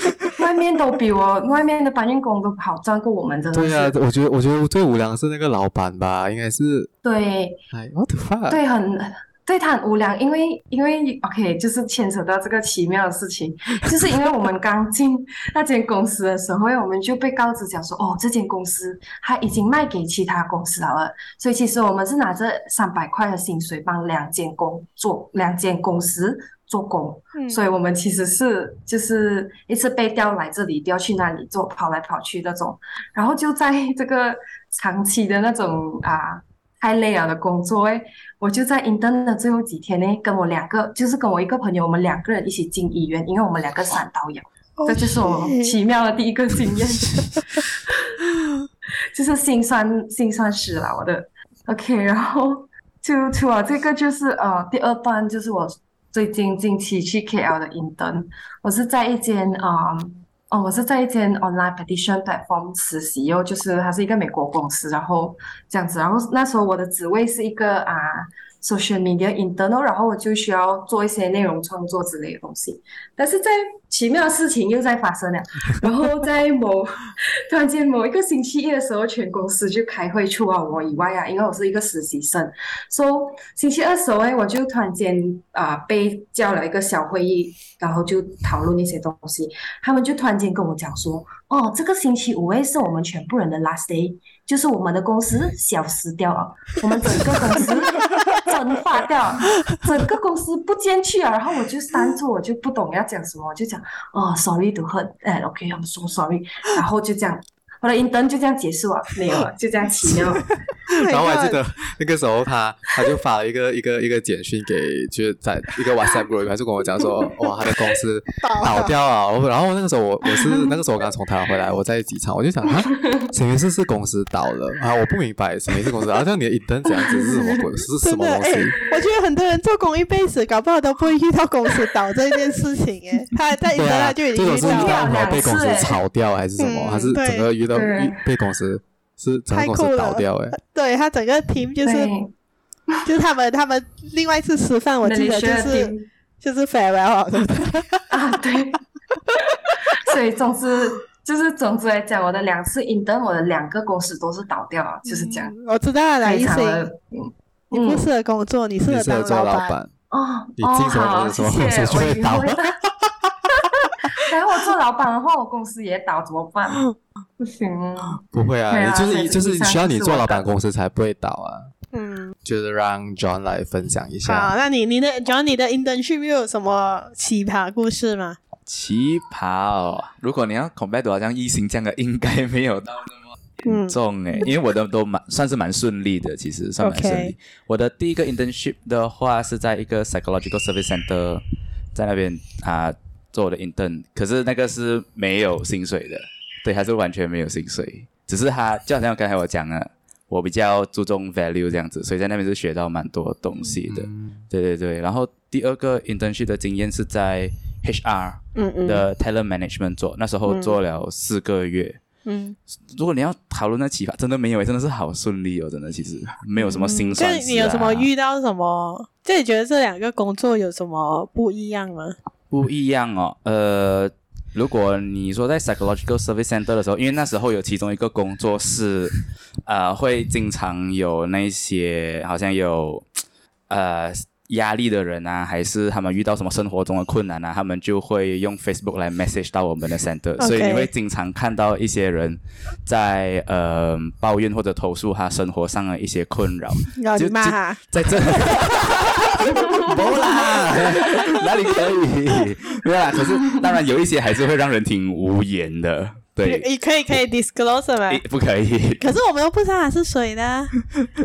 C: 外面都比我外面的搬运工都好赚过我们，真的
B: 对啊
C: 是。，
B: 我觉得我觉得最无良是那个老板吧，应该是
C: 对，
B: 哎 what the fuck？
C: 对，很对他很无良，因为因为 OK，就是牵扯到这个奇妙的事情，就是因为我们刚进那间公司的时候，我们就被告知讲说，哦，这间公司它已经卖给其他公司了，所以其实我们是拿着三百块的薪水帮两间工作，两间公司做工，
A: 嗯
C: 所以我们其实是就是一直被调来这里，调去那里做，跑来跑去那种，然后就在 这个长期的那种啊。太累了的工作诶，我就在 intern 的最后几天呢，跟我两个，就是跟我一个朋友，我们两个人一起进医院，因为我们两个闪到腰，
A: 哦
C: 这就是我
A: shit
C: 奇妙的第一个经验，就是心酸心酸死了我的。OK，然后就除了这个，就是呃，第二段就是我最近近期去 KL 的 intern，我是在一间啊。嗯哦，我是在一间 online petition platform 实习哦，就是它是一个美国公司，然后这样子，然后那时候我的职位是一个啊 social media intern，然哦后我就需要做一些内容创作之类的东西。但是在奇妙的事情又在发生了，然后在某突然间某一个星期一的时候，全公司就开会，除了我以外啊，因为我是一个实习生，so 星期二的时候哎，我就突然间啊、被叫了一个小会议，然后就讨论一些东西，他们就突然间跟我讲说，哦，这个星期五哎是我们全部人的 last day，就是我们的公司消失掉了，我们整个公司蒸发掉了，整个公司不见去了。然后我就删除，我就不懂要讲什么，我就讲哦，sorry to hurt，哎，OK，I'm so sorry，然后就这样，我的 intern 就这样结束了，没 有了，就这样哦奇妙。
A: Oh my
B: 然后我还记
A: God
B: 得那个时候他他就发了一 个一个一个简讯给就是在一个 WhatsApp group，他就跟我讲 说，哇，他的公司
A: 倒
B: 倒
A: 了
B: 掉了。然后那个时候我我 是那个时候我刚从台湾回来，我在机场我就想啊，沈云是是公司倒了啊，我不明白沈云是公司倒了，啊然后你的 intern 这样子是什么鬼？是什
A: 真
B: 么
A: 的
B: 东
A: 哎、
B: 西？
A: 我觉得很多人做工一辈子，搞不好都不会遇到公司倒这件事情哎、 他还在
B: 对
A: intern
B: 啊，
A: 他就已
B: 这
A: 经
B: 种
A: 遇
B: 是
A: 到
B: 遇到
A: 了，
B: 然后被公司
C: 两次欸
B: 炒掉还是什么？
A: 嗯
B: 还是整个遇到
C: 对
B: 遇被公司是整个公
A: 太酷
B: 司
A: 了
B: 倒掉哎、
A: 对他整个 team 就是
C: 对，
A: 就是他们他们另外一次吃饭，我记得就
C: Malaysia
A: 是
C: team
A: 就是 farewell 了对不对？
C: 啊，对。 所以总之就是总之来讲，我的两次 intern，我的两个公司都是倒掉了， 就是这样，
A: 嗯我知道了，梁
C: 非
A: 一
C: 常的
A: 星，
C: 嗯
A: 你不
C: 嗯
A: 适合工作，你适
B: 你
A: 合
B: 适合
A: 当
B: 做老
A: 板。
B: 板，
C: 哦
B: 你
C: 哦，
B: 进什么
C: 好，
B: 公司
C: 谢
B: 什么公
C: 谢，
B: 司就
C: 我
B: 会
C: 以
B: 倒
C: 后会 的。 然后我做老板的话，我公司也倒怎么办？不行，
B: 不会啊，
C: 对啊
B: 就是
C: 所
B: 你
C: 以
B: 就是
C: 以上
B: 需要你
C: 就是
B: 做
C: 我
B: 老
C: 的
B: 板公司才不会倒啊。
A: 嗯，
B: 就是让 John 来分享一
A: 好，
B: 下。
A: 那你你的 John 你的 internship 又有什么奇葩故事吗？
D: 奇葩哦！如果你要 compare 到好像一星这样的，应该没有到那么
A: 嗯
D: 重 哎、因为我的都蛮算是蛮顺利的，其实算蛮顺利。
A: OK
D: 我的第一个 internship 的话是在一个 psychological service center，在那边啊、做我的 intern，可是那个是没有薪水的，对，还是完全没有薪水，只是他就好像刚才我讲了，我比较注重 value 这样子，所以在那边是学到蛮多东西的。
A: 嗯
D: 对对对，然后第二个 internship 的经验是在 HR
A: 嗯嗯
D: 的 talent management 做，那时候做了四个月。
A: 嗯，
D: 如果你要讨论那启发，真的没有耶，真的是好顺利哦，真的其实没有什么心
A: 就
D: 酸、
A: 是嗯你有什么遇
B: 啊
A: 到什么？就你觉得这两个工作有什么不一样吗？
D: 不一样哦？呃，如果你说在 psychological service center 的时候，因为那时候有其中一个工作是，呃，会经常有那些好像有呃压力的人啊，还是他们遇到什么生活中的困难啊，他们就会用 Facebook 来 message 到我们的 center，、
A: OK
D: 所以你会经常看到一些人在呃抱怨或者投诉他生活上的一些困扰。
A: 然哦后你
D: 就
A: 骂
D: 就
A: 他，
D: 在这。 不啦， 哪里可以？没有啦，可是当然有一些还是会让人挺无言的，对，
A: 你可以可以 disclose 吗
D: 诶？不可 以，
A: 可是我们都不知道他是谁的啊，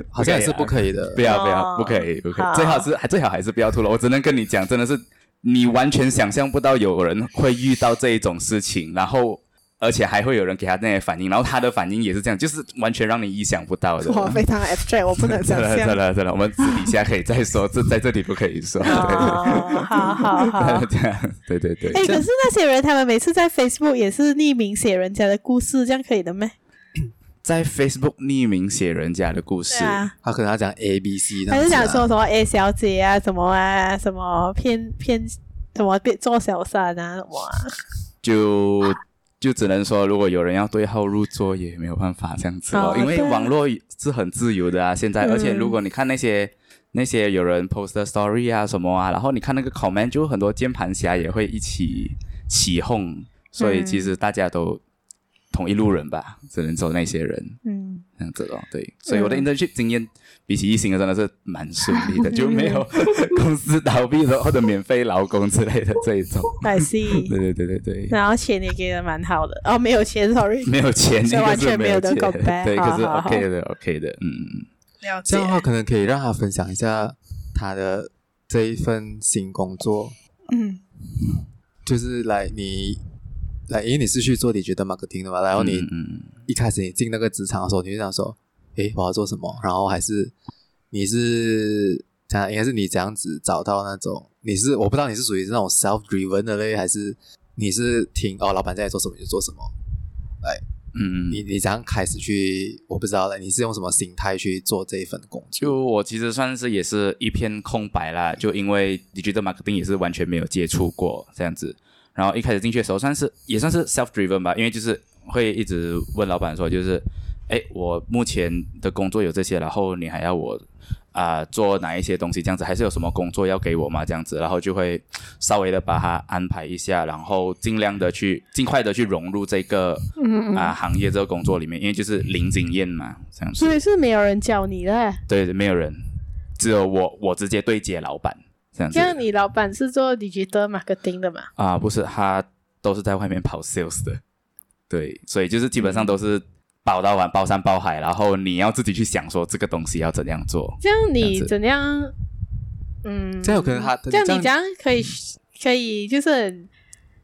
B: 好像也是不可以的
D: 不。要
A: 哦
D: 不要，不可以不可
A: 好
D: 以，最好是最好还是不要吐了。我只能跟你讲，真的是你完全想象不到有人会遇到这一种事情，然后而且还会有人给他那些反应，然后他的反应也是这样，就是完全让你意想不到的。
A: 我非常 abstract，我不能想
D: 真的真
A: 象。
D: 的真的，我们私底下可以再说，这 在这里不可以说。对。
A: 哦，好好好
D: 这样，对对对。
A: 哎、可是那些人，他们每次在 Facebook 也是匿名写人家的故事，这样可以的咩？
D: 在 Facebook 匿名写人家的故事，
A: 对啊，
B: 他可能要讲 A、B、C，
A: 还
B: 他
A: 是
D: 啊
A: 想说什么 A 小姐啊，什么啊，什么偏偏什么变做小三啊，什么啊？
D: 就就只能说，如果有人要对号入座，也没有办法这样子哦
A: 哦，
D: 因为
A: 对啊
D: 网络是很自由的啊。现在，
A: 嗯
D: 而且如果你看那些那些有人 post 的 story 啊什么啊，然后你看那个 comment，就很多键盘侠也会一起起哄，所以
A: 嗯
D: 其实大家都同一路人吧，只能走那些人。
A: 嗯，
D: 这样子咯，对，所以我的
A: 嗯
D: internship 经验比起一星的真的是蛮顺利的，就没有公司倒闭的或者免费劳工之类的这一种。
A: I see
D: 对对对对对，
A: 然后钱也给的蛮好的，哦，没有钱，sorry，
D: 没有钱，
A: 所以
D: 那
A: 完
D: 个
A: 全
D: 是
A: 没
D: 没
A: 有得
D: 钱，
A: compare
D: 对，
A: 好
D: 可是
A: 好好
D: OK 的，OK 的，嗯嗯嗯。
A: 了
B: 这样的话，可能可以让他分享一下他的这一份新工作，
A: 嗯，
B: 就是来你来，因为你是去做你觉得 marketing 的嘛，然后你
D: 嗯嗯
B: 一开始你进那个职场的时候，你就想说，诶，我要做什么？然后还是你是讲应该是你这样子找到那种，你是我不知道你是属于是那种 self driven 的类，还是你是听哦老板在做什么你就做什么？
D: 嗯嗯
B: 你你怎样开始去？我不知道了，你是用什么心态去做这一份工作？
D: 就我其实算是也是一片空白啦，就因为 digital marketing 也是完全没有接触过这样子。然后一开始进去的时候，算是也算是 self driven 吧，因为就是会一直问老板说，就是哎，我目前的工作有这些，然后你还要我啊、做哪一些东西这样子，还是有什么工作要给我吗？这样子，然后就会稍微的把它安排一下，然后尽量的去尽快的去融入这个啊、行业这个工作里面，因为就是零经验嘛，这样子。
A: 所以是没有人教你的。
D: 对，没有人，只有我，我直接对接老板这样子。
A: 这样你老板是做 digital marketing 的嘛？
D: 啊、不是，他都是在外面跑 sales 的，对，所以就是基本上都是包到完包山包海，然后你要自己去想说这个东西要怎样做。
A: 这样
D: 这
A: 你
D: 样子
A: 怎样？嗯，
B: 这样有可能他
A: 这样你
B: 这
A: 怎样可以可以就是很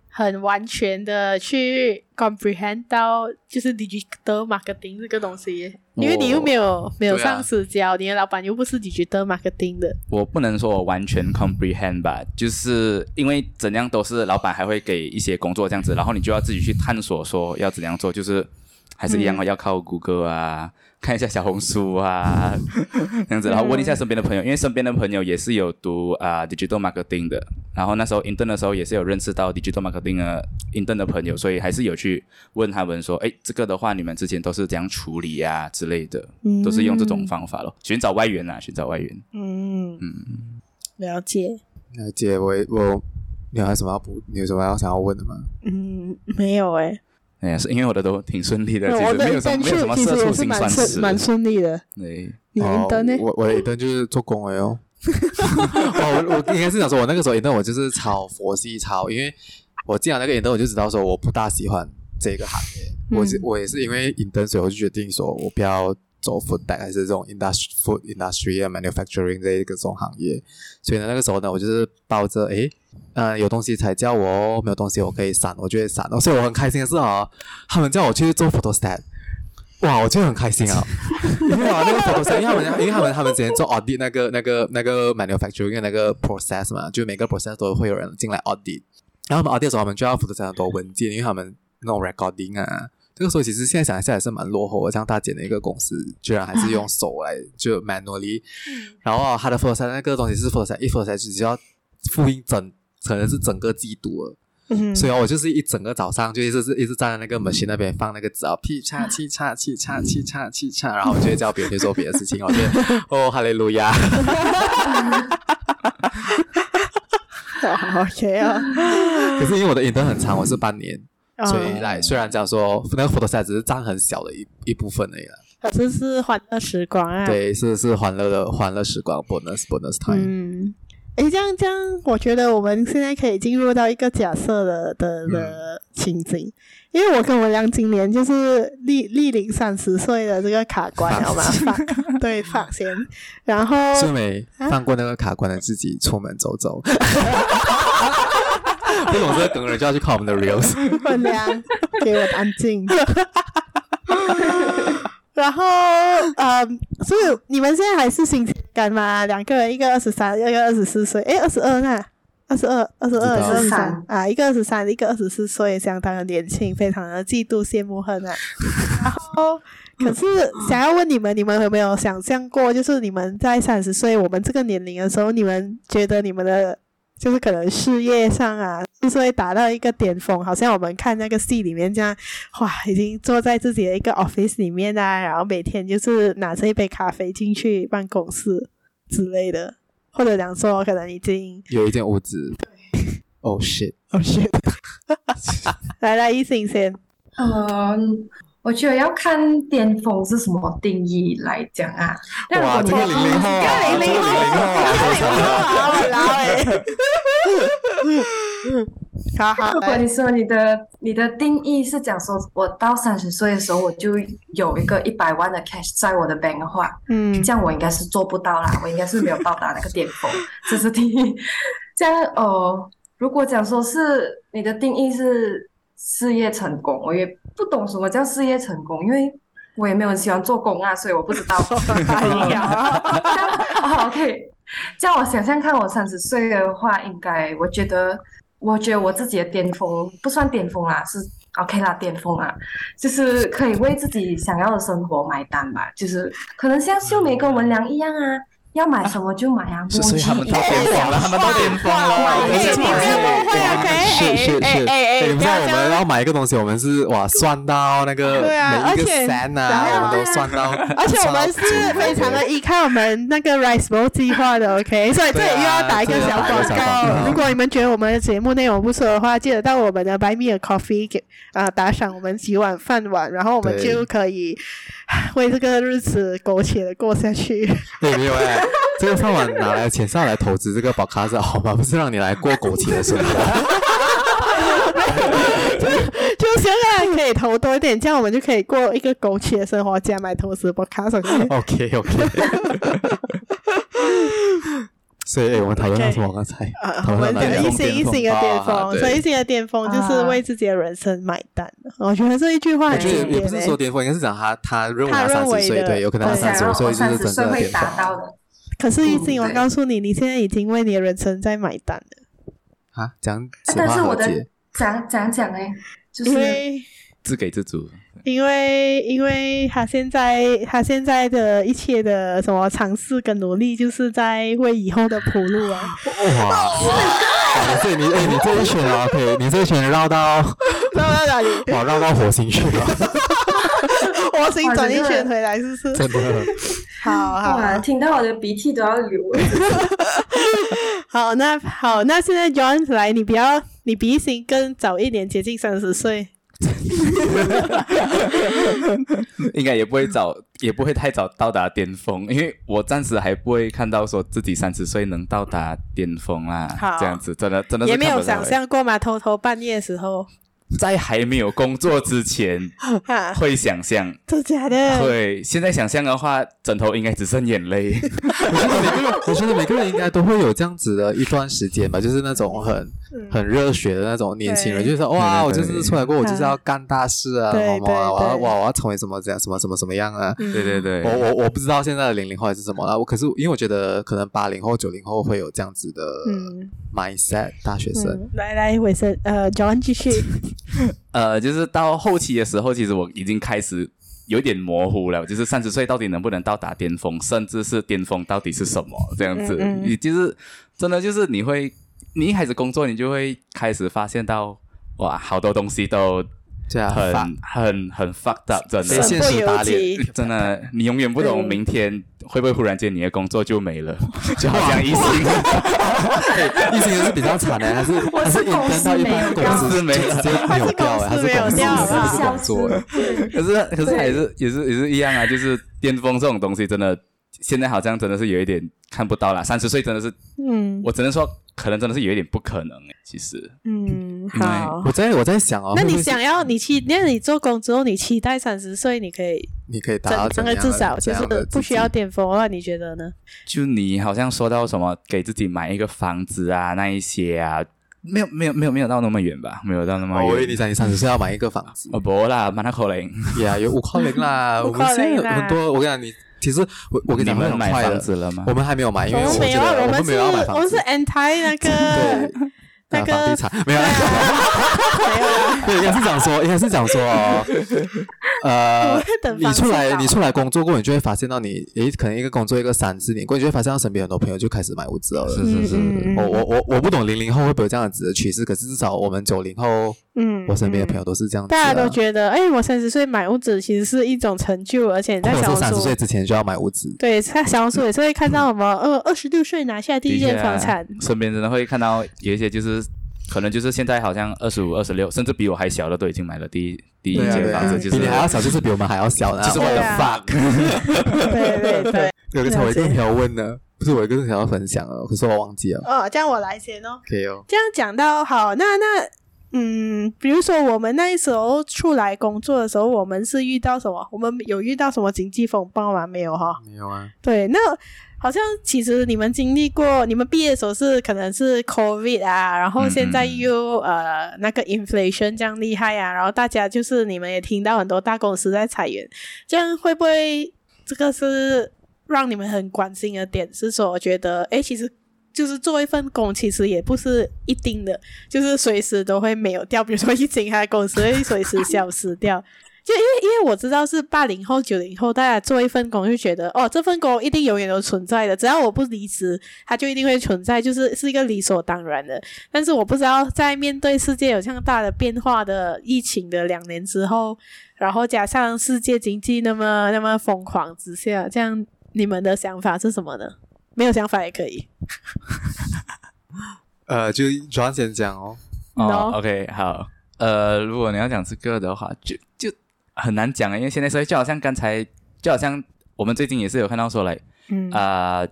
A: 很完全的去 comprehend 到就是 digital marketing 这个东西，因为你又没有没有
B: 对啊
A: 上司教，你的老板又不是 digital marketing 的，
D: 我不能说我完全 comprehend 吧，就是因为怎样都是老板还会给一些工作这样子，然后你就要自己去探索说要怎样做，就是还是一样哦，要靠谷歌啊， 看一下小红书啊 这样子，然后问一下身边的朋友，因为身边的朋友也是有读啊、digital marketing 的，然后那时候 intern 的时候也是有认识到 digital marketing 的 intern 的朋友，所以还是有去问他们说，哎，这个的话你们之前都是怎样处理啊之类的，都是用这种方法咯，寻找外援啊，寻找外援。
A: 嗯
D: 嗯，
A: 了解，
B: 了解，我我你还有什么要补？你有什么要想要问的吗？
A: 嗯，没有哎、
D: 哎呀，是因为我的都挺顺利的，其
A: 我
D: 实
A: 的
D: 没有什么没有什
A: internship
D: 么
A: 其
D: 社
A: 实
D: 畜
A: 也是
D: 心
A: 蛮
D: 酸
A: 顺
D: 史。
A: 蛮顺利的，
D: 对，
A: 你
B: 哦
A: intern 欸呢？
B: 我我的一顿就是做工而已 哦。哦，我我应该是想说，我那个时候一顿我就是炒佛系炒，因为我进了那个一顿我就知道说我不大喜欢这个行业。我是
A: 嗯
B: 我也是因为 intern 所以我就决定说我不要走 food tech 还是这种 industry food industry and manufacturing 这一个这种行业。所以呢，那个时候呢，我就是抱着诶，呃，有东西才叫我哦，没有东西我可以闪，我就会闪哦。所以我很开心的是哦，他们叫我去做 photo stat。哇，我就很开心啊！ 因为啊，那个 photo stat，因为他们因为他们他们之前做 audit 那个那个那个 manufacturing 的那个 process 嘛，就每个 process 都会有人进来 audit，然后他们 audit 的时候，他们就要负责很多文件，因为他们那种 recording 啊，这个时候其实现在想一下也是蛮落后的，这样大简的一个公司，居然还是用手来就 manually，然后它的 f o r s 那个东西是 f o r s 一 f o r s 只需要复印整，可能是整个季度了。
A: 嗯，
B: 所以我就是一整个早上就一直是一直站在那个 machine 那边放那个纸啊，劈叉劈叉劈叉劈叉劈叉，然后我就会叫别人去做别的事情，我就哦哈利路亚。
A: 哦 OK 啊，
B: 可是因为我的 intern 很长，我是半年，所以
A: 嗯
B: 来虽然讲说那个 photo set 只是占很小的一一部分而已啦，
A: 可是是欢乐时光啊。
B: 对，是是欢乐的欢乐时光 bonus bonus time。
A: 嗯，诶，这样这样，我觉得我们现在可以进入到一个假设的的的情景，因为我跟我亮今年就是历历龄三十岁的这个卡关，好吗？放对放先，然后
B: 最美
A: 啊
B: 放过那个卡关的自己，出门走走。 不懂这个梗的人就要去看我们的 reels。
A: 混粮，给我安 静。然后，呃，所以你们现在还是新鲜感吗？两个人，一个二十三，一个二十四岁，诶，二十二呢？二十二，二十二，
B: 知道
A: 二十三
C: 23
A: 啊，一个二十三，一个二十四岁，相当的年轻，非常的嫉妒、羡慕、 恨啊。然后，可是想要问你们，你们有没有想象过，就是你们在三十岁我们这个年龄的时候，你们觉得你们的就是可能事业上啊，之所以达到一个巅峰，好像我们看那个戏里面这样，哇，已经坐在自己的一个 office 里面啊，然后每天就是拿着一杯咖啡进去办公室之类的，或者讲说可能已经
B: 有一间屋子。Oh shit！
A: 哦 shit，来来一星先，
C: 嗯，我觉得要看巅峰是什么定义来讲啊。但如
B: 哇，
C: 果你哦
B: 这个
C: 的
B: 零零后啊，
A: 这个00
B: 这个零零
A: 后
B: 后啊，
A: 这个
B: 非常
A: 00后啊老欸 好好
C: 如果
A: 来
C: 你说你的你的定义是讲说，我到三十岁的时候我就有一个一百万的 cash 在我的 bank 的话，
A: 嗯
C: 这样我应该是做不到啦， 我应该是没有到达那个巅峰， 这是第一。这样呃，如果讲说是你的定义是事业成功，我也不懂什么叫事业成功，因为我也没有很喜欢做工啊，所以我不知道。
A: 哎呀
C: 哦，OK，这样我想象看，我三十岁的话，应该我觉得，我觉得我自己的巅峰不算巅峰啦，是 OK 啦，巅峰啊，就是可以为自己想要的生活买单吧，就是可能像秀梅跟文良一样啊，要买什么就买啊，
B: 是
C: 摸
B: 所以他们
C: 金
B: 到
C: 一
A: 哎
B: 巅
C: 定
B: 峰啊了，
C: 要
B: 他们到巅峰了，
C: 哇
B: 我们是
C: 哎你不要
A: 误会啊可以
B: 是是
A: 哎
B: 是，
A: 哎哎哎
B: 对你们知道我
A: 不要这
B: 们
A: 样
B: 要买一个东西，我们是哇算到那个
A: 对啊
B: 每一
A: 而且
B: 个 cent
A: 对啊
B: 啊，我们都算到，
A: 而且我们是非常的依靠我们那个 Rice Bowl 计划的，OK，所以这里又要打一个小广
B: 对啊这
A: 告。
B: 里要打一个小广告
A: 如果你们觉得我们的节目内容不错的话，记得到我们的 Buy Me a Coffee 给啊、打赏我们几碗饭碗，然后我们
B: 对
A: 就可以唉为这个日子苟且的过下去。
B: 对，没有哎，这个饭碗拿来的钱是要来投资这个宝卡是好吗？不是让你来过苟且的生活。
A: 就现在可以投多一点，这样我们就可以过一个苟且的生活，加买投资 Podcast。OK？
B: OK OK。所以，哎我们讨论到什么？刚才
A: 啊，
B: 讨
A: 我
B: 论
A: 们
B: 到
A: 讲
B: 哪里
A: 一
B: 啊
D: 点
A: 星一星的巅
B: 啊
A: 峰，
B: 对
A: 所以一星的巅峰就是为自己的人生买单。我觉得这一句话
B: 我
A: 很
B: 觉
A: 经
B: 得哎也
A: 典
B: 不是说
A: 欸。
B: 巅峰，应该是讲他他认为
A: 他
B: 他
A: 认
B: 三
A: 为
B: 十岁，
A: 的
B: 对，有可能
A: 我
B: 他
C: 想哦
B: 三十
C: 要
B: 五岁
C: 我
B: 就
C: 啊哦三
B: 是
C: 十
B: 真
C: 岁
B: 正的
C: 会
B: 巅峰啊
C: 达到的，
A: 可是，一星，
C: 嗯
A: 我
C: 对
A: 告诉你，你现在已经为你的人生在买单了，
B: 啊！讲
C: 哎
B: 此
C: 但
B: 话
C: 是我
B: 何
C: 的
B: 解？
C: 讲讲讲哎，就
A: 因
C: 是
A: 为
D: 自给自足。
A: 因为因为他现在他现在的一切的什么尝试跟努力，就是在为以后的铺路 啊。
C: Oh
B: 哇！所以你哎，你这一圈啊，可以，你这一圈绕到
A: 绕到哪里？
B: 哇，绕到火星去了，
A: 我行转一
C: 哇
A: 圈
C: 真的
A: 回来，是不 是？
B: 真的。
A: 好好
C: 哇，听到我的鼻涕都要流 了。
A: 好，那好，那现在 John 来，你不要，你比一星更早一点接近三十岁。
D: 应该也不会早， 也不会太早到达巅峰，因为我暂时还不会看到说自己三十岁能到达巅峰啦啊
A: 好。
D: 这样子真的真的是
A: 也没
D: 看
A: 有
D: 不到
A: 想
D: 欸
A: 象过嘛，偷偷半夜的时候，
D: 在还没有工作之前
A: 哈，
D: 会想象，
A: 真假的？
D: 会现在想象的话，枕头应该只剩眼 泪。
B: 我觉得每个人， 我觉得每个人应该都会有这样子的一段时间吧，就是那种很
A: 嗯
B: 很热血的那种年轻人，就
A: 对
B: 是说哇，我
D: 对
B: 就
D: 对
B: 是出来过，我就是要干大事啊，
A: 对
B: 什么啊，
A: 对
B: 我要
A: 对
B: 哇，我要成为什么这样，什么什么什么样啊。
A: 嗯
D: 对对对，
B: 我我我不知道现在的零零后还是什么啦，我可是因为我觉得可能八零后、九零后会有这样子的
A: 嗯
B: mindset，大学生
A: 嗯，来来，伟生，呃，John 继 续，
D: 呃，就是到后期的时候，其实我已经开始有点模糊了，就是三十岁到底能不能到达巅峰，甚至是巅峰到底是什么这样子，
A: 嗯嗯
D: 也就是真的就是你会，你一开始工作，你就会开始发现到。哇，好多东西都
B: 对啊，
D: 很
B: 发
D: 很很 fucked up，真
B: 没
D: 的，
B: 现实打
A: 身不由己
B: 脸，
D: 真的，你永远不懂
A: 对
D: 明天会不会忽然间你的工作就没 了，就好像一星
B: 疫情是比较惨 欸的，还是
C: 我
B: 还
C: 是
B: 是
C: 公司
B: intern 到一般
C: 没
D: 有
B: 公司
D: 公司没
B: 就直接
A: 他是
B: 扭掉欸，
A: 公
B: 还
A: 司
B: 是
A: 没有
B: 公司
A: 掉
B: 还
A: 啊
B: 是工作欸，
D: 可 是可是还是也是也是一样啊，就是巅峰这种东西真的，现在好像真的是有一点看不到啦。三十岁真的是，
A: 嗯
D: 我只能说可能真的是有一点不可能、欸、其实
A: 嗯，
D: 因为
A: 好。
B: 我在我在想哦，
A: 那
B: 会不
A: 你
B: 会是
A: 想要你期，那你做工之后，你期待三十岁你可以
B: 你可以达到
A: 整整
B: 怎样
A: 个
B: 的？
A: 至少
B: 怎
A: 就
B: 样的
A: 是
B: 自
A: 不需要
B: 己
A: 巅峰的话，你觉得呢？
D: 就你好像说到什么给自己买一个房子啊那一些啊，没有没有没有没有到那么远吧，没有到那么
B: 哦
D: 远。
B: 我以为你想你三十岁要买一个房 子，
D: 哦不啦，马那口令，
B: 呀，有五块零 啦，我
A: 五
B: 们
A: 块
B: 现在
A: 零啊
B: 有
A: 啦
B: 很多，我跟你讲，你其实我我跟
D: 你
B: 讲
D: 们
B: 很
D: 买
B: 快
D: 房
B: 的，
D: 子了吗？
B: 我们还没有买，因为
A: 我
B: 我
A: 们
B: 觉
A: 有啊，
B: 得
A: 我们是，
B: 没有要买
A: 我
B: 房
A: 们是
B: 子，
A: anti 那个，
B: 对
A: 那
B: 呃房地
A: 个
B: 产没有啊。对，应该是讲说，应该是讲说哦，
A: 我
B: 呃
A: 在，等
B: 你
A: 房
B: 出
A: 子
B: 来，
A: 啊
B: 你出来工作过，你就会发现到你，诶，可能一个工作一个三四年过，你就会发现到身边很多朋友就开始买屋子了。
D: 是
A: 嗯
D: 是是，
A: 嗯
B: 我
A: 嗯
B: 我我我不懂零零后会不会有这样子的趋势，可是至少我们九零后，
A: 嗯，
B: 我身边的朋
A: 友。
B: 友都是这样子、啊。
A: 大家都觉得，哎，我三十岁买屋子其实是一种成就，而且你在
B: 或者
A: 小
B: 是三十
A: 红
B: 岁
A: 书，
B: 之前就要买屋子。
A: 对，在小红书也是会看到我们二二十六岁拿下第一
D: 的确
A: 间
D: 啊
A: 房产，
D: 身边真的会看到有一些就是。可能就是现在好像二十五、二十六，甚至比我还小的都已经买了第一第一
B: 对啊
D: 间
B: 对啊
D: 房子，
A: 嗯
D: 就是
B: 比你还要小， 就是比我们还要小呢。
D: 就是我
A: 对
D: 的
A: 啊
D: fuck，
A: 对 对 对。
B: 有个才我一个
A: 了解
B: 朋友问呢，不是我一个朋友分享哦，可是我忘记了。
A: 哦，这样我来先哦。
B: 可以哦，
A: 这样讲到好，那那嗯，比如说我们那时候出来工作的时候，我们是遇到什么？我们有遇到什么经济风暴吗？没有哈。
B: 没有啊，
A: 对，那好像其实你们经历过，你们毕业的时候是可能是 COVID 啊，然后
D: 嗯
A: 现在
D: 嗯
A: 又、呃那个 inflation 这样厉害啊，然后大家就是你们也听到很多大公司在裁员，这样会不会这个是让你们很关心的点？是说我觉得诶，其实。就是做一份工，其实也不是一定的，就是随时都会没有掉。比如说疫情，它的公司会随时消失掉。就因为因为我知道是八零后、九零后，大家做一份工就觉得哦，这份工一定永远都存在的，只要我不离职，它就一定会存在，就是是一个理所当然的。但是我不知道在面对世界有这样大的变化的疫情的两年之后，然后加上世界经济那么那么疯狂之下，这样你们的想法是什么呢？没有想法也可以。
B: 呃，就主要先讲哦，
D: 哦
A: No
D: ，OK，好，呃，如果你要讲这个的话，就就很难讲啊，因为现在所以就好像刚才，就好像我们最近也是有看到说来，
A: 嗯
D: 啊、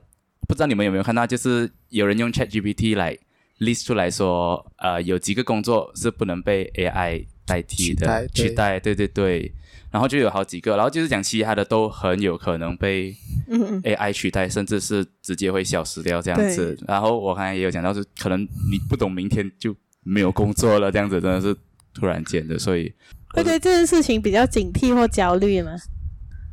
D: 不知道你们有没有看到，就是有人用 ChatGPT 来 list 出来说，呃，有几个工作是不能被 AI 代替
B: 取
D: 的，
B: 代对
D: 取代，对对对。然后就有好几个，然后就是讲其他的都很有可能被
A: 嗯嗯
D: AI 取代，甚至是直接会消失掉这样子。然后我刚才也有讲到，是可能你不懂明天就没有工作了，这样子真的是突然间的，所以
A: 会对这件事情比较警惕或焦虑吗？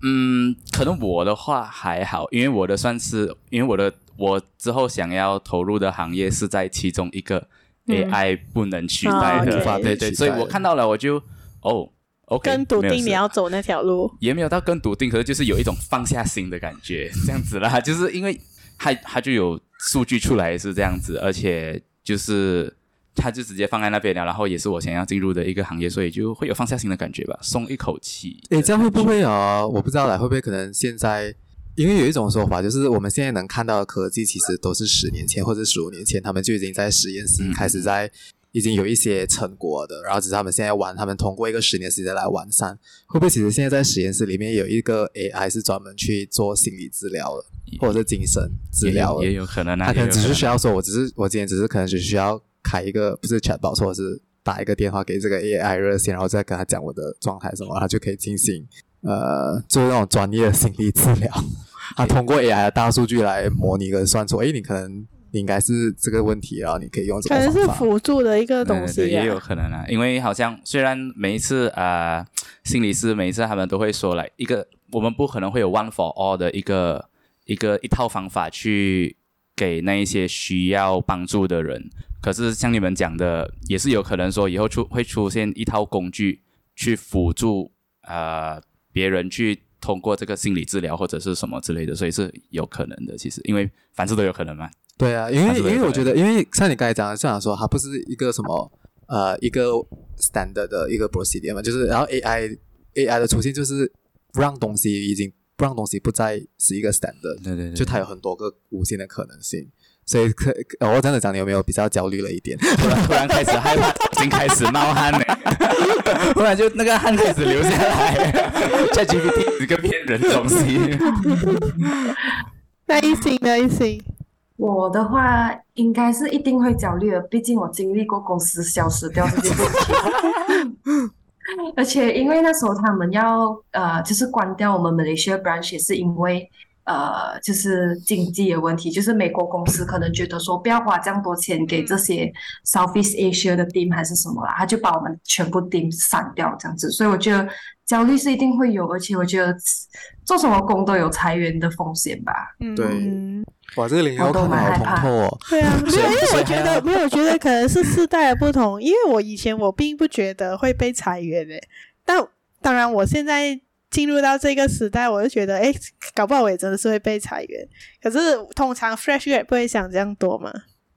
D: 嗯，可能我的话还好，因为我的算是，因为我的我之后想要投入的行业是在其中一个
A: 嗯
D: AI 不能取代
A: 哦，OK
D: 的，
A: 无法被
D: 对对，
B: 取代
D: 所以我看到了我就哦，OK，
A: 跟笃
D: 没有
A: 定
D: 事
A: 你要走那条路。
D: 也没有到更笃定，可是就是有一种放下心的感觉， 这样子啦，就是因为它它就有数据出来是这样子，而且就是它就直接放在那边了，然后也是我想要进入的一个行业，所以就会有放下心的感觉吧，松一口气。
B: 诶，这样会不会啊？我不知道啦，会不会可能现在，因为有一种说法，就是我们现在能看到的科技，其实都是十年前或者十五年前，他们就已经在实验室
D: 嗯
B: 开始在。已经有一些成果的，然后只是他们现在玩，他们通过一个十年时间来完善，会不会其实现在在实验室里面有一个 AI 是专门去做心理治疗的，或者是精神治
D: 也
B: 疗
D: 有
B: 的？
D: 也有可能啊，
B: 他可能
D: 也有
B: 只是需
D: 能
B: 要说，我只是我今天只是可能只需要开一个不是 chatbot，或者是打一个电话给这个 AI 热线，然后再跟他讲我的状态什么，他就可以进行呃，就是那种专业的心理治疗。他通过 AI 的大数据来模拟跟算出，诶，你可能你应该是这个问题，然后你可以用这
A: 可
B: 个
A: 能是
B: 方法。
A: 辅助的一个东
D: 对对
A: 西、
D: 对也有可能啊，因为好像虽然每一次啊、呃心理师每一次他们都会说来一个，我们不可能会有 one for all 的一个一个一套方法去给那一些需要帮助的人，可是像你们讲的，也是有可能说以后出会出现一套工具去辅助呃别人去。通过这个心理治疗或者是什么之类的，所以是有可能的。其实，因为凡事都有可能嘛。
B: 对啊，因为
D: 是
B: 因
D: 不是
B: 为我觉
D: 对
B: 得，因为像你刚才讲的，就想说它不是一个什么呃一个 standard 的一个 procedure 嘛，就是然后 AI AI 的出现就是不让东西已经不让东西不再是一个 standard，
D: 对对对，
B: 就它有很多个无限的可能性。所以可，呃我这样子讲，你有没有比较焦虑了一点？
D: 突然突然开始害怕，已经开始冒汗了， 突然就那个汗开始流下来。ChatGPT 是个骗人的东西，
A: 那一星呢？一星，
C: 我的话应该是一定会焦虑的，毕竟我经历过公司消失掉这件事情，而 且因为那时候他们要呃，就是关掉我们 Malaysia branch，也是因为呃，就是经济的问题，就是美国公司可能觉得说不要花这样多钱给这些 Southeast Asia 的 team 还是什么啦，他就把我们全部 team 删掉这样子，所以我觉得焦虑是一定会有，而且我觉得做什么工都有裁员的风险吧。
A: 嗯
B: 对哇，这个零零后
C: 我
B: 看
C: 懂
B: 的
C: 蛮
B: 好
C: 害
B: 通
C: 怕
B: 透哦。
A: 对啊，没有，因为
B: 所
A: 我
B: 以
A: 觉
B: 还要
A: 得没有，我觉得可能是世代的不同，因为我以前我并不觉得会被裁员诶，但当然我现在进入到这个时代，我就觉得诶，搞不好我也真的是会被裁员。可是通常 fresh grad 不会想这样多嘛，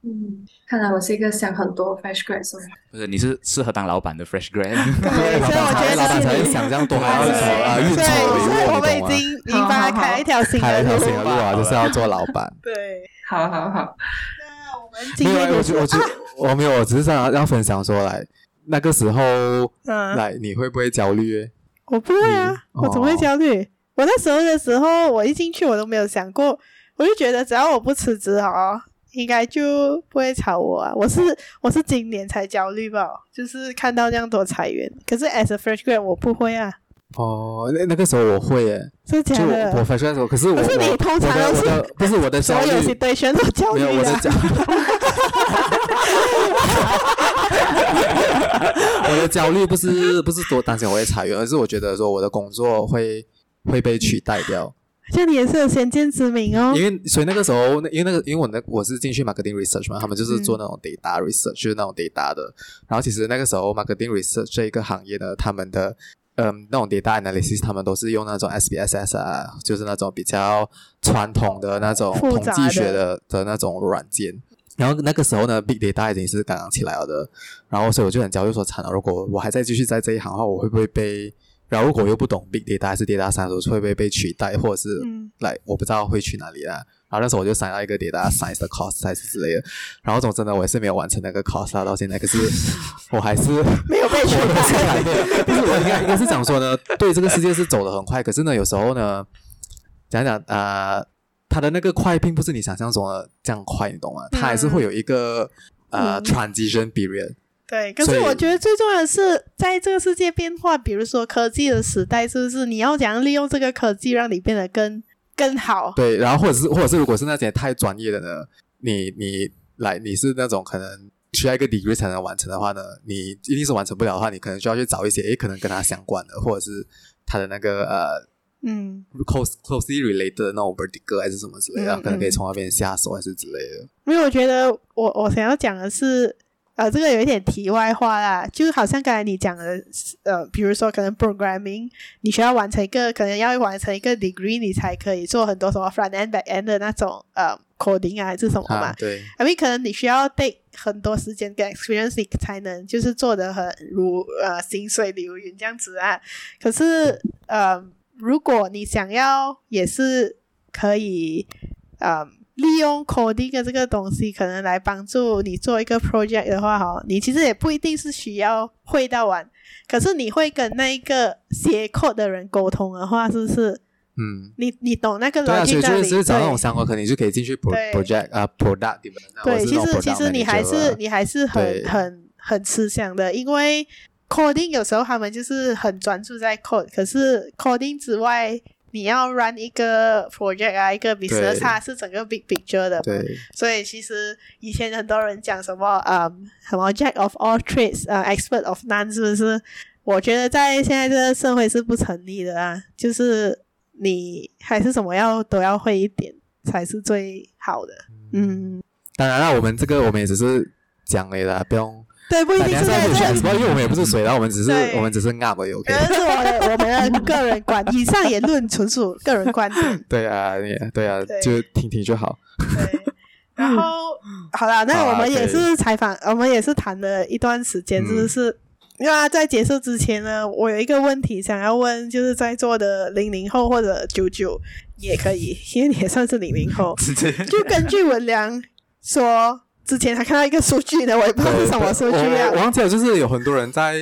C: 嗯，看来我是一个想很多 fresh grad 是吗？
D: 不是你是适合当老板的 Fresh Grad，
A: 对，所以我觉得
B: 老板才
A: 这
B: 会
A: 是
B: 想这样多，还要
A: 对
B: 什么啊运
A: 对，
B: 筹帷
A: 所以我
B: 幄，
A: 们
B: 你
A: 已
B: 懂吗？
A: 经已经帮他开了一条新
B: 开了
A: 的
B: 一条新
A: 路
B: 的。路啊，就是要做老板。
A: 对，
C: 好好好，
A: 那我们今
B: 没有啊，
A: 天
B: 我
A: 就
B: 觉
A: 是
B: 我觉我没有，我只是想要要分享说来那个时候，
C: 啊
A: 嗯，
B: 来你会不会焦虑？
A: 我不会啊，
B: 嗯
A: 我怎么会
B: 哦
A: 焦虑？我那时候的时候，我一进去我都没有想过，我就觉得只要我不辞职哦，应该就不会炒我啊。我是我是今年才焦虑吧，就是看到这样多裁员。可是 as a fresh grad 我不会啊，
B: 哦，那那个时候我会耶，
A: 是假
B: 就我我
A: 的。
B: 反出来的时候，可是我
A: 可啊是你
B: 我
A: 通常
B: 我的
A: 都
B: 我
A: 是
B: 的不是我的
A: 所
B: 焦
A: 有
B: 虑，
A: situation 都焦
B: 没
A: 虑
B: 有我的
A: 啊，
B: 焦， 我的焦虑不是不是多担心我会裁员，而是我觉得说我的工作会会被取代掉。
A: 像你也是有先见之明哦
B: 因。为所以那个时候，那因为那个因为我那我是进去 marketing research 嘛，他们就是
A: 嗯
B: 做那种 data research，、就是那种 data 的。然后其实那个时候 marketing research 这一个行业呢，他们的嗯那种 data analysis，他们都是用那种 SPSS 啊，就是那种比较传统的那种
A: 复
B: 统
A: 杂的
B: 计学的的那种软件。然后那个时候呢，big data 已经是刚刚起来了的，然后所以我就很焦虑说，惨了，如果我还在继续在这一行的话，我会不会被？然后如果我又不懂 big data 还是 data science，会不会被取代，或者是
A: 嗯
B: 来我不知道会去哪里啦。然后那时候我就想要一个 data science 的 course 还是之类的。然后总之呢，我也是没有完成那个 course 啦，到现在。 可是我还是
A: 没有被取
B: 我是
A: 代，
B: 来的，但是我应该应该是想说呢， 对这个世界是走得很快，可是呢，有时候呢，讲讲呃，它的那个快并不是你想象中的这样快，你懂吗？它还是会有一个呃
A: 嗯
B: transition period。
A: 对，可
B: 所
A: 是
B: 以
A: 我觉得最重要的是，在这个世界变化，比如说科技的时代，是不是你要怎样利用这个科技让你变得更更好？
B: 对，然后或者是或者是如果是那些太专业的呢，你你来你是那种可能需要一个 degree 才能完成的话呢，你一定是完成不了的话，你可能需要去找一些诶可能跟它相关的，或者是它的那个呃
A: 嗯，
B: close closely related 的那种 vertical 还是什么之类的，
A: 嗯
B: 可能可以
A: 嗯
B: 从那边下手还是之类的。
A: 没有，我觉得我我想要讲的是，呃，这个有一点题外话啦，就好像刚才你讲的，呃，比如说可能 programming，你需要完成一个，可能要完成一个 degree，你才可以做很多什么 front end、back end 的那种呃 coding 啊，还是什么嘛
B: 啊，。对，
A: I mean，可能你需要 take 很多时间跟 experience，你才能就是做的很如呃行水流云这样子啊。可是呃，如果你想要也是可以呃利用 coding 的这个东西，可能来帮助你做一个 project 的话，哈，你其实也不一定是需要会到完，可是你会跟那一个写 code 的人沟通的话，是不是？
B: 嗯。
A: 你你懂那个
B: 对啊，所
A: logic
B: 以就
A: 在
B: 是
A: 里
B: 就是找那
A: 对
B: 种相关，可能你就可以进去 pro
A: 对
B: project 啊 product 你们，
A: 对，其实
B: product
A: 其实你还
B: manager
A: 是
B: 啊
A: 你还是
B: 对
A: 很很很吃香的，因为 coding 有时候他们就是很专注在 code，可是 coding 之外，你要 run 一个 project 啊，一个 business，它是整个 big picture 的嘛。
B: 对，
A: 所以其实以前很多人讲什么啊、嗯什么 jack of all trades 啊、expert of none，是不是？我觉得在现在这个社会是不成立的啊，就是你还是什么要都要会一点才是最好的。嗯，
B: 当然了，我们这个我们也只是讲而已啦，不用。
A: 对，不一
B: 大
A: 定
B: 家
A: 是在
B: 在
A: 这
B: 选
A: 里
B: 什么？因为我们也不是谁，然后我们只是
A: 对嗯
B: 我们只是 up 而已
A: 可。
B: ，OK
A: 能是我的我们的个人观， 以上言论纯属个人观点。
B: 对啊，也对啊
A: 对，
B: 就听听就好。
A: 对，然后好了，那
B: 嗯好啦啊
A: 我们也
B: 可
A: 是
B: 以
A: 采访，我们也是谈了一段时间，
B: 嗯
A: 就是是。那在结束之前呢，我有一个问题想要问，就是在座的零零后或者九九也可以，因为你也算是零零后。就根据文良说，之前他看到一个数据呢，我也不知道是什么数据
B: 我我
A: 啊。
B: 忘记了，就是有很多人在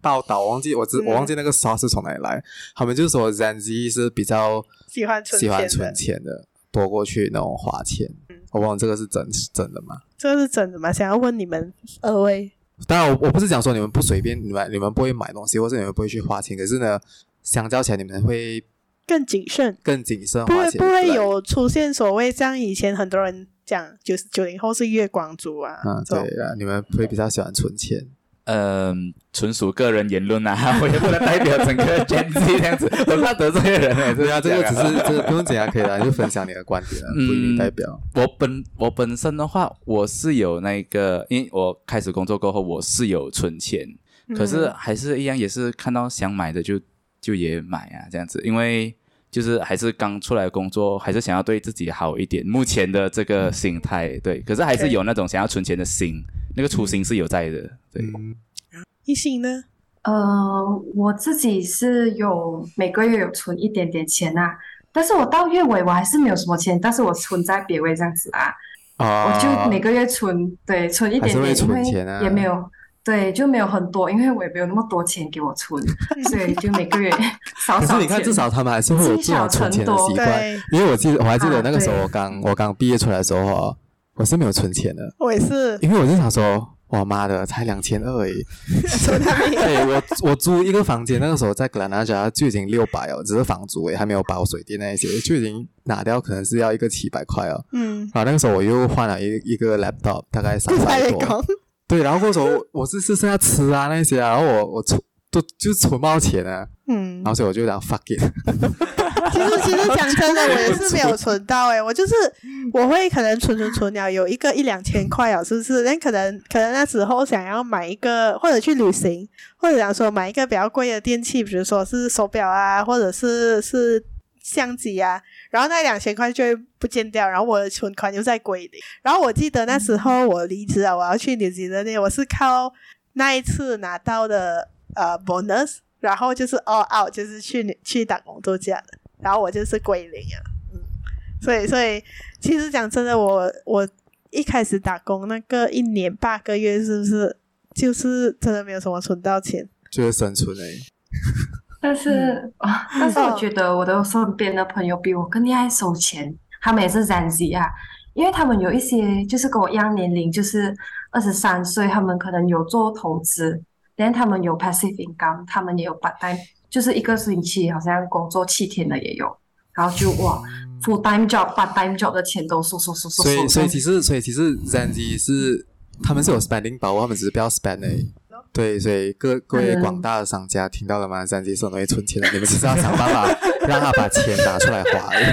B: 报道，我忘记我只、
A: 嗯
B: 我忘记那个刷是从哪里来，他们就说 Gen Z 是比较
A: 喜欢存
B: 喜
A: 钱
B: 欢
A: 的，嗯
B: 存钱的，多过去那种花钱。我忘了这个是真是真的吗？
A: 这是真的吗？想要问你们二位，
B: 当然我，我不是讲说你们不随便，你们你们不会买东西，或者你们不会去花钱，可是呢，相较起来，你们会
A: 更谨慎，
B: 更谨慎
A: 不
B: 花
A: 会
B: 钱。
A: 不会
B: 对
A: 有出现所谓像以前很多人讲九九零后是月光族啊，
B: 嗯，
A: 这种
B: 对啊，你们会比较喜欢存钱。
D: 嗯，纯属个人言论啊，我也不能代表整个 Gen Z 这样子，我怕得罪人 哎、
B: 对啊，这个
D: 样
B: 只是这 个不用讲啊，可以啦，就分享你的观点啊，不一定代表。
D: 我本我本身的话，我是有那个，因为我开始工作过后，我是有存钱，
C: 嗯
D: 可是还是一样，也是看到想买的就就也买啊，这样子，因为就是还是刚出来工作，还是想要对自己好一点，目前的这个心态，对，可是还是有那种想要存钱的心，那个初心是有在的，对，
B: 嗯，
A: 一心呢，
C: 呃，我自己是有每个月有存一点点钱啊，但是我到月尾我还是没有什么钱，但是我存在别位这样子啊，
B: 啊，
C: 我就每个月存，对，存一
B: 还是
C: 点
B: 会
C: 点，因
B: 存
C: 为
B: 钱啊
C: 也没有，对，就没有很多，因为我也没有那么多钱给我 存，所以就每个月 少
B: 可是
C: 少
B: 你看，
C: 钱
B: 至少他们还是会有这种存钱的习惯。
A: 对
B: 因为我记得，我还记得
C: 啊
B: 那个时候
C: 对
B: 我刚我刚毕业出来的时候哦，我是没有存钱的，
A: 我也是
B: 因为我就想说，我妈的，才两千二而 已。
A: 从来没有
B: 对我我租一个房间，那个时候在格兰纳家就已经六百哦，只是房租也还没有包水电那一些，就已经拿掉可能是要一个七百块哦。
A: 嗯，
B: 然后那个时候我又换了一一个 laptop，大概三
A: 不才
B: 百
A: 月
B: 多。
A: 光，
B: 对，然后过手我是是剩下吃啊那些啊，然后我我存都就存不到钱啊，
A: 嗯
B: 然，后所以我就讲 fuck it，
A: 其实其实讲真的，我也是没有存到欸诶、我就是我会可能存存存了有一个一两千块啊，是不是？但可能可能那时候想要买一个，或者去旅行，或者讲说买一个比较贵的电器，比如说是手表啊，或者是是相机啊，然后那两千块就会不见掉，然后我的存款又在归零。然后我记得那时候我离职了，我要去纽西兰那，我是靠那一次拿到的呃 bonus。然后就是 all out，就是去去打工度假的，然后我就是归零啊，嗯，所以所以其实讲真的，我我一开始打工那个一年八个月，是不是就是真的没有什么存到 钱？
B: 就是生存哎。
C: 但
B: 嗯
C: 是，啊但是我觉得我的身边的朋友比我更厉害收钱，他们也是 Gen Z 啊，因为他们有一些就是跟我一样年龄，就是二十三岁，他们可能有做投资，但他们有 passive income，他们也有 part time，就是一个星期好像工作七天的也有，然后就哇，full time job、part time job 的钱都收收收收
B: 嗯所以所
C: 收
B: 以
C: 收
B: 其实所以其实 Gen Z 是他们是有 spending 包，他们只是不要 spend 哎。对，所以各各位
C: 嗯
B: 广大的商家听到了吗？Gen Z 是很容易存钱的，你们只是要想办法 让他把钱拿出来花而已。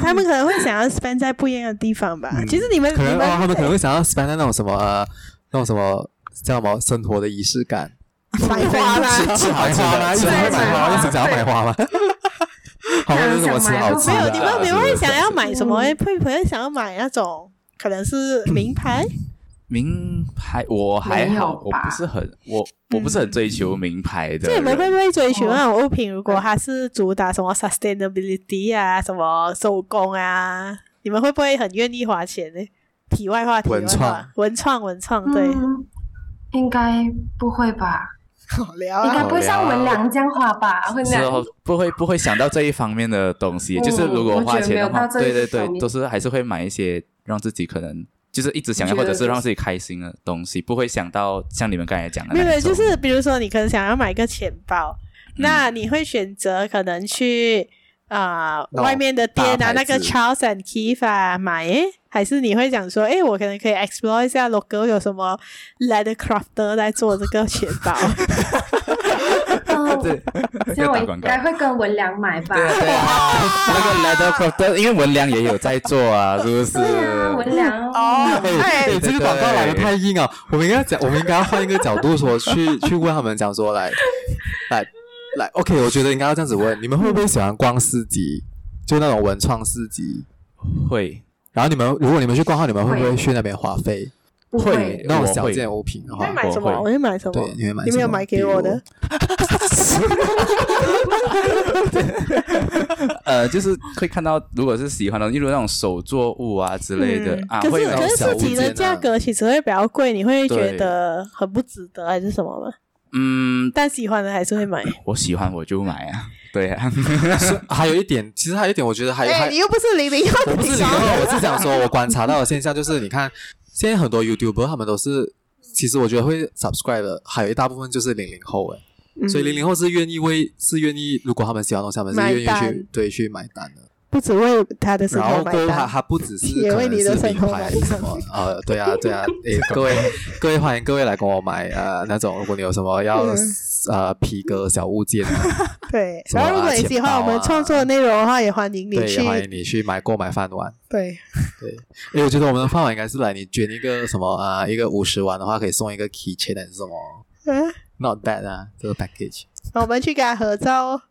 A: 他们可能会想要 spend 在不一样的地方吧。
B: 嗯
A: 其实你们
B: 可能
A: 你们
B: 哦，他们可能会想要 spend 在那种什么呃那种什么叫什么生活的仪式感，
A: 买花啦，
B: 吃好吃的，一直想要买花，一直想要买花吗？好像是什么吃好吃
A: 没有
B: 的
A: 你
B: 啊，
A: 们你们会想要买什么？
C: 嗯
A: 会不会想要买那种可能是名牌？
D: 名牌我还
C: 没有
D: 好，我
C: 吧嗯
D: 不是很我我不是很追求名牌的
A: 这你
D: 人，
A: 们会不会追求那种物品？如果它是主打什么 sustainability 啊，什么手工啊，你们会不会很愿意花钱呢？题外话，题外
B: 文
A: 话
B: 创，
A: 文创，文创，对，
C: 嗯，应该不会吧？
A: 好聊啊
C: 应该不会像
B: 啊好聊
C: 文良这样花吧？文
D: 之
C: 良
D: 后不会不会想到这一方面的东西，
C: 嗯
D: 就是如果花钱的话，
C: 我觉得没有到这一
D: 对对
C: 方
D: 对，
C: 面
D: 都是还是会买一些让自己可能就是一直想要
C: 觉
D: 或
C: 得
D: 者是让
C: 就是
D: 自己开心的东西，不会想到像你们刚才讲的
A: 没
D: 那
A: 有，
D: 一种
A: 就是比如说你可能想要买个钱包，
B: 嗯
A: 那你会选择可能去啊、
B: 那种
A: 外面的店啊，
B: 大牌子
A: 那个 Charles and Keith 啊买诶，还是你会讲说，诶，我可能可以 explore 一下 local 有什么 leather crafter 在做这个钱包，
C: 哦，所以我
D: 打
C: 应
D: 广告
C: 该会跟文良买吧。
D: 对啊对啊， 那个 leather crafter，因为文良也有在做啊，是不是？
C: 对啊，文良
A: 哦
B: 哎、
D: 对
B: 这个广告来的太硬啊！我们应该讲，我们应该要换一个角度说，去 去问他们讲说，来来来，OK，我觉得应该要这样子问，你们会不会喜欢逛市集，就那种文创市集？
D: 会
B: 然后你们，如果你们去逛的话，你们会不会
C: 会
B: 去那边花费
C: 不会
D: 会，
B: 那种
D: 我
B: 小
D: 会
B: 件物品的
A: 你会
B: 话？
A: 买什么？
D: 我会
A: 我会买什么？
B: 对，你会买什么？
A: 你没有买给我的，
D: 呃，就是会看到，如果是喜欢的，例如那种手作物啊之类的、
A: 嗯
D: 啊，
A: 可
D: 会
A: 是
D: 有那
A: 可
D: 种
A: 是自
D: 小物
A: 己
D: 件
A: 的
D: 啊
A: 价，格其实会比较贵，你会觉
D: 对
A: 得很不值得还是什么吗？
D: 嗯，
A: 但喜欢的还是会买。
D: 我喜欢我就买啊，对啊，
B: 是还有一点，其实还有一点，我觉得 还还
A: 你哎又不是零零后，
B: 我不是零后， 我是想说，我观察到的现象就是，你看现在很多 YouTuber 他们都是，其实我觉得会 subscribe 的，还有一大部分就是零零后哎、
A: 嗯
B: 所以零零后是愿意为是愿意，如果他们喜欢的东西，他们是
A: 买
B: 愿意
A: 单
B: 去对去买单的。
A: 不只为他的生
B: 然
A: 活
B: 后
A: 买
B: 过后它
A: 单，
B: 它不只是
A: 也
B: 可
A: 为
B: 能
A: 你
B: 是
A: 的生
B: 名
A: 活
B: 牌
A: 买
B: 还是什么 呃，对啊对啊，诶，各位 各位欢迎各位来跟我买呃那种，如果你有什么要
A: 嗯
B: 呃皮革小物件啊，
A: 对。
B: 什么
A: 然后如果你
B: 钱
A: 喜欢
B: 包
A: 我们
B: 啊
A: 创作的内容的话，也欢 迎你
B: 对，
A: 去
B: 也欢迎你去买购买饭碗。
A: 对
B: 诶，我觉得我们的饭碗应该是来你捐一个什么啊、呃一个五十万的话可以送一个 keychain 还是什么
A: 嗯，
B: ？Not bad 啊，这个 package。
A: 我们去给他合照哦。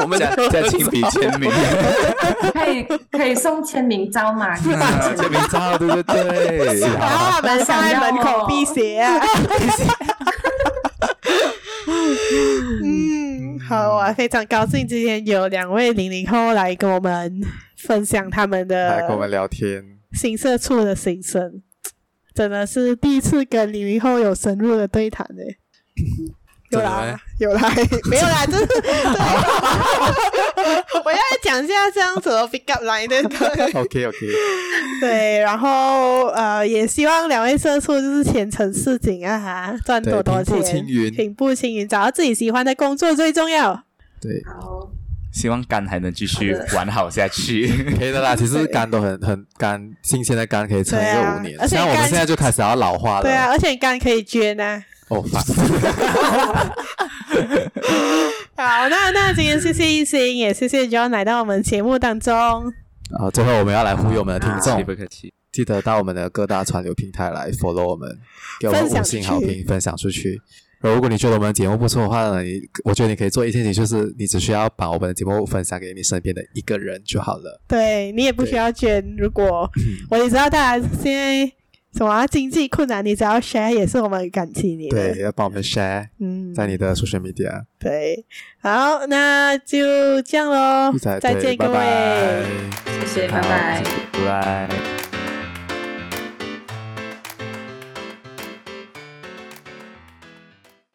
D: 我们加加亲笔签 名，
C: 可以可以送签名照嘛？可以送签名照
D: 啊签名照，对不 对？
A: 然后他们放在啊门口辟邪啊。嗯，好啊，非常高兴今天有两位零零后来跟我们分享他们
B: 来跟我
A: 的
B: 们聊天，
A: 新社处的心声，真的是第一次跟零零后有深入的对谈呢、有
B: 真的
A: 啦
B: 吗，
A: 有啦， 没有啦，就是对我要讲一下这样子的 pick up line 的歌
B: OK OK，
A: 对，然后呃，也希望两位社畜就是前程似锦啊，哈，赚
B: 对
A: 多多钱，
B: 平步青云
A: 平步青云，找到自己喜欢的工作最重要。
B: 对，
C: 好
D: 希望肝还能继续玩好下 去。
B: 可以的啦。其实肝都很很肝，新鲜的肝可以撑一
A: 对
B: 个
A: 啊
B: 五年
A: 而，且
B: 像我们
A: 肝
B: 现在就开始要老化了。
A: 对啊，，而且你刚可以捐啊。
B: 哦，烦
A: 好，那那今天谢谢一心，也谢谢 John 来到我们节目当中。
B: 然后最后我们要来呼吁我们的听
D: 这
B: 众，
D: 里不客气，
B: 记得到我们的各大串流平台来 follow 我们，给我们
A: 分享
B: 五
A: 出去
B: 星好评，分享出去。然后如果你觉得我们的节目不错的话呢，你我觉得你可以做一件事情，就是你只需要把我们的节目分享给你身边的一个人就好了。
A: 对你也不需要捐，如 果我也知道大家现在什么啊经济困难，你只要 share 也是我们感激你的。
B: 对，，要帮我们 share
A: 嗯，
B: 在你的 social media。
A: 对，好，那就这样喽
B: 一起来，
A: 哦再
B: 对
A: 见各位。
B: 拜拜
C: 谢谢，拜拜。
D: 拜拜。